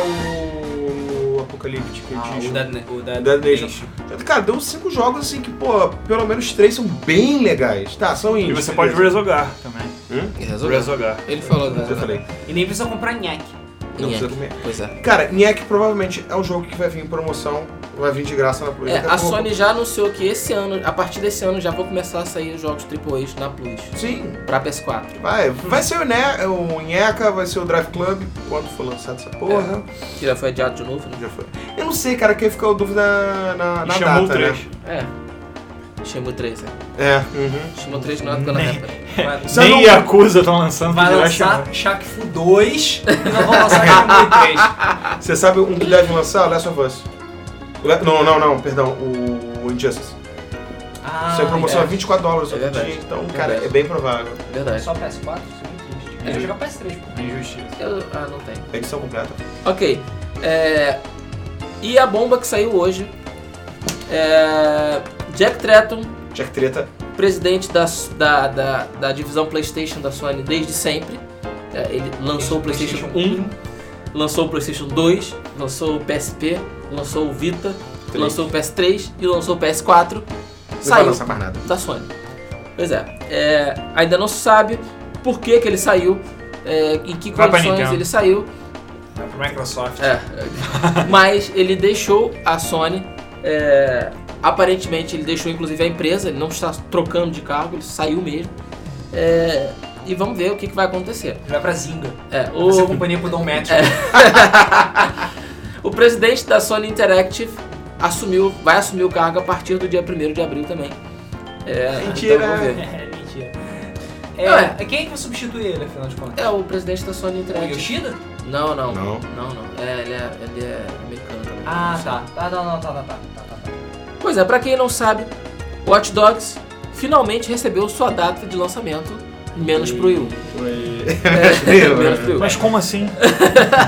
[SPEAKER 3] o, o Apocalyptic Edition.
[SPEAKER 2] Ah, o Dead, Na- o Dead,
[SPEAKER 3] Dead Nation. Então, Cara, deu cinco jogos assim que, pô, pelo menos três são bem legais. Tá, são
[SPEAKER 4] E
[SPEAKER 3] indies.
[SPEAKER 4] você pode
[SPEAKER 3] beleza.
[SPEAKER 4] resogar também.
[SPEAKER 1] E Resolveu.
[SPEAKER 4] Resogar.
[SPEAKER 1] Ele falou
[SPEAKER 3] Eu falei,
[SPEAKER 2] E nem precisa comprar nhaque.
[SPEAKER 3] não
[SPEAKER 1] Em
[SPEAKER 3] precisa
[SPEAKER 1] Epic.
[SPEAKER 3] comer.
[SPEAKER 1] Pois é.
[SPEAKER 3] Cara, Niek provavelmente é um jogo que vai vir em promoção, vai vir de graça na Plus.
[SPEAKER 1] É,
[SPEAKER 3] daqui
[SPEAKER 1] a
[SPEAKER 3] pouco.
[SPEAKER 1] Sony já anunciou que esse ano, a partir desse ano, já vão começar a sair os jogos AAA na Plus,
[SPEAKER 3] Sim,
[SPEAKER 1] pra PS4.
[SPEAKER 3] vai. Vai ser o, ne o Nheca, vai ser o Drive Club, quando for lançado essa porra.
[SPEAKER 1] Que já foi adiado de novo, né?
[SPEAKER 3] Já foi. Eu não sei, cara, quem ficou dúvida Tá na, na
[SPEAKER 4] E chamou o
[SPEAKER 3] data,
[SPEAKER 4] 3.
[SPEAKER 3] né?
[SPEAKER 1] É. Chamou 3, é.
[SPEAKER 3] É. Uhum.
[SPEAKER 1] Chamou 3 não é quando
[SPEAKER 4] Nem-
[SPEAKER 1] reta.
[SPEAKER 2] Vai,
[SPEAKER 3] Você
[SPEAKER 4] Nem
[SPEAKER 3] não-
[SPEAKER 4] Yakuza estão lançando.
[SPEAKER 2] vai
[SPEAKER 4] já
[SPEAKER 3] é
[SPEAKER 2] lançar Shaq Fu 2 e nós vamos lançar Shaq Fu
[SPEAKER 3] Você sabe um que deve lançar? Last of Us. O Le- Não, não, não, perdão. O Injustice.
[SPEAKER 2] 3. Ah,
[SPEAKER 3] Isso é promoção a 24 dólares
[SPEAKER 1] É
[SPEAKER 3] todo
[SPEAKER 1] verdade.
[SPEAKER 3] dia, então,
[SPEAKER 1] É
[SPEAKER 3] cara,
[SPEAKER 1] verdade.
[SPEAKER 3] é bem provável.
[SPEAKER 2] é
[SPEAKER 1] Verdade.
[SPEAKER 2] só PS4? Isso é muito triste. Eu
[SPEAKER 1] É.
[SPEAKER 2] ia jogar PS3, pô.
[SPEAKER 4] chamam. Injustiça.
[SPEAKER 1] Eu, ah, não tem.
[SPEAKER 3] Edição completa.
[SPEAKER 1] Ok. É, E a bomba que saiu hoje. É... Jack Tretton,
[SPEAKER 3] Jack Treta.
[SPEAKER 1] presidente da, da, da, da divisão PlayStation da Sony desde sempre. É, Ele lançou o PlayStation 1, lançou o PlayStation 2, lançou o PSP, lançou o Vita,
[SPEAKER 3] Três.
[SPEAKER 1] lançou o PS3 e lançou o PS4.
[SPEAKER 3] Não vai
[SPEAKER 1] Saiu
[SPEAKER 3] lançar mais nada.
[SPEAKER 1] da Sony. Pois é, é, ainda não se sabe por que, que ele saiu, é, em que
[SPEAKER 4] Vai pra
[SPEAKER 1] condições
[SPEAKER 4] Nintendo.
[SPEAKER 1] ele saiu.
[SPEAKER 2] É pro Microsoft.
[SPEAKER 1] É. Mas ele deixou a Sony. é, aparentemente ele deixou inclusive a empresa, ele não está trocando de cargo, ele saiu mesmo. É, e vamos ver o que, que vai acontecer.
[SPEAKER 2] Vai pra Zinga.
[SPEAKER 1] É,
[SPEAKER 2] Vai ser
[SPEAKER 1] o,
[SPEAKER 2] companhia pro Dom Match.
[SPEAKER 1] o presidente da Sony Interactive assumiu, vai assumir o cargo a partir do dia 1 de abril também. É,
[SPEAKER 3] Mentira.
[SPEAKER 1] então vamos ver.
[SPEAKER 2] É, mentira.
[SPEAKER 1] Não,
[SPEAKER 2] É,
[SPEAKER 1] é.
[SPEAKER 2] quem é que vai substituir ele, afinal de contas?
[SPEAKER 1] É o presidente da Sony
[SPEAKER 2] O
[SPEAKER 1] Interactive.
[SPEAKER 2] Yoshida?
[SPEAKER 1] Não, não.
[SPEAKER 3] Não.
[SPEAKER 1] Não, não. É, ele, é, ele é americano também.
[SPEAKER 2] Ah, tá. Tá, não, não, tá, tá, tá. tá, tá, tá.
[SPEAKER 1] Pois é, pra quem não sabe, Watch Dogs finalmente recebeu sua data de lançamento, menos pro Wii U. É,
[SPEAKER 3] Meu,
[SPEAKER 1] menos pro Wii U.
[SPEAKER 4] Mas como assim?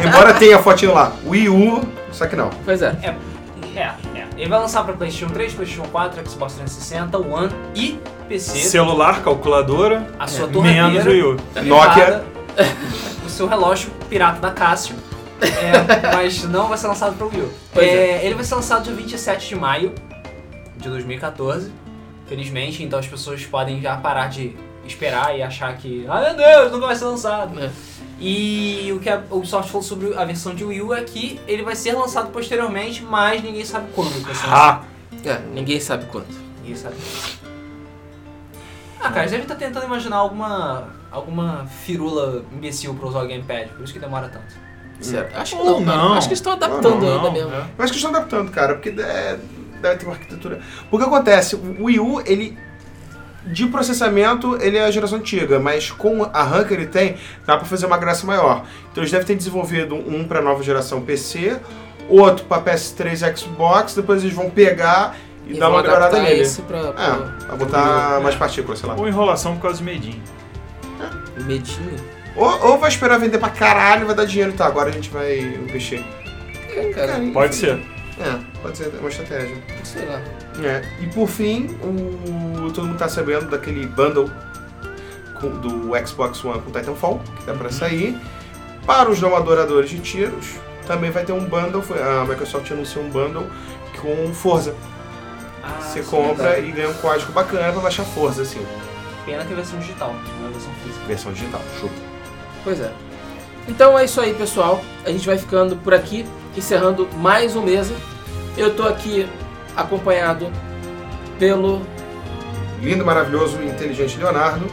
[SPEAKER 3] Embora tenha a fotinho lá, Wii U, só que não.
[SPEAKER 1] Pois é.
[SPEAKER 2] É, é. Ele vai lançar pra PlayStation 3, PlayStation 4, Xbox 360, One e PC.
[SPEAKER 4] Celular, calculadora,
[SPEAKER 2] A é sua
[SPEAKER 4] menos
[SPEAKER 2] torneira.
[SPEAKER 4] Wii U.
[SPEAKER 2] privada, Tá o seu relógio pirata da Cássio. É, mas não vai ser lançado pro Wii U.
[SPEAKER 1] Pois
[SPEAKER 2] É, Ele vai ser lançado dia 27 de maio de 2014. Felizmente, então as pessoas podem já parar de esperar e achar que, ah meu Deus, nunca vai ser lançado.
[SPEAKER 1] É.
[SPEAKER 2] E o que a Ubisoft falou sobre a versão de Wii U é que ele vai ser lançado posteriormente, mas ninguém sabe quando que vai ser lançado.
[SPEAKER 4] Ah,
[SPEAKER 1] É, ninguém sabe quanto.
[SPEAKER 2] Ninguém sabe. Ah, cara, eles devem estar tentando imaginar alguma. alguma firula imbecil pra usar o gamepad, por isso que demora tanto.
[SPEAKER 1] Sério. Acho que
[SPEAKER 4] Ou
[SPEAKER 1] não, cara.
[SPEAKER 4] não.
[SPEAKER 1] Acho que eles estão
[SPEAKER 3] Ou
[SPEAKER 1] adaptando
[SPEAKER 4] não,
[SPEAKER 1] ainda
[SPEAKER 4] não,
[SPEAKER 1] mesmo.
[SPEAKER 4] é.
[SPEAKER 3] Eu acho que estão adaptando, cara, porque é, deve ter uma arquitetura. O que acontece? O Wii U, ele. De processamento, ele é a geração antiga, mas com a RAM que ele tem, dá pra fazer uma graça maior. Então eles devem ter desenvolvido um pra nova geração PC, outro pra PS3 e Xbox, depois eles vão pegar e, dar
[SPEAKER 1] vão
[SPEAKER 3] uma melhorada
[SPEAKER 1] adaptar
[SPEAKER 3] nele.
[SPEAKER 1] esse pra, pra
[SPEAKER 3] É, pra botar mais partículas, sei lá.
[SPEAKER 4] ou enrolação por causa do medinho.
[SPEAKER 1] medinho.
[SPEAKER 3] Ou, ou vai esperar vender pra caralho, vai dar dinheiro, tá? Agora a gente vai investir.
[SPEAKER 1] É, cara,
[SPEAKER 4] Pode ser.
[SPEAKER 3] É, pode ser uma estratégia.
[SPEAKER 1] sei lá.
[SPEAKER 3] É, e por fim, o... todo mundo tá sabendo daquele bundle com- do Xbox One com Titanfall, que tá pra sair. Para os não adoradores de tiros, também vai ter um bundle, foi- a Microsoft anunciou um bundle com Forza. Você compra e ganha um código bacana pra baixar Forza, assim,
[SPEAKER 2] Pena que é versão digital, não é versão física.
[SPEAKER 3] versão digital, show.
[SPEAKER 1] Pois é. Então é isso aí, pessoal. A gente vai ficando por aqui, encerrando mais um mesa. Eu tô aqui acompanhado pelo,
[SPEAKER 3] Lindo, maravilhoso, inteligente Leonardo.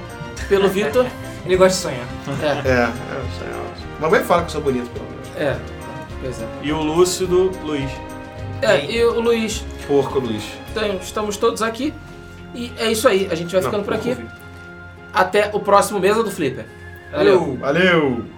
[SPEAKER 1] pelo Vitor.
[SPEAKER 2] Ele gosta de sonhar.
[SPEAKER 1] É,
[SPEAKER 3] É, é, é. Mamãe fala que eu sou bonito, pelo menos.
[SPEAKER 1] é. Pois é.
[SPEAKER 4] E o Lúcido Luiz.
[SPEAKER 1] É, e o Luiz,
[SPEAKER 3] Porco Luiz.
[SPEAKER 1] Então, estamos todos aqui. E é isso aí. A gente vai
[SPEAKER 3] Não,
[SPEAKER 1] ficando por
[SPEAKER 3] porco
[SPEAKER 1] aqui.
[SPEAKER 3] Vitor.
[SPEAKER 1] Até o próximo Mesa do Flipper. Valeu.
[SPEAKER 3] Valeu!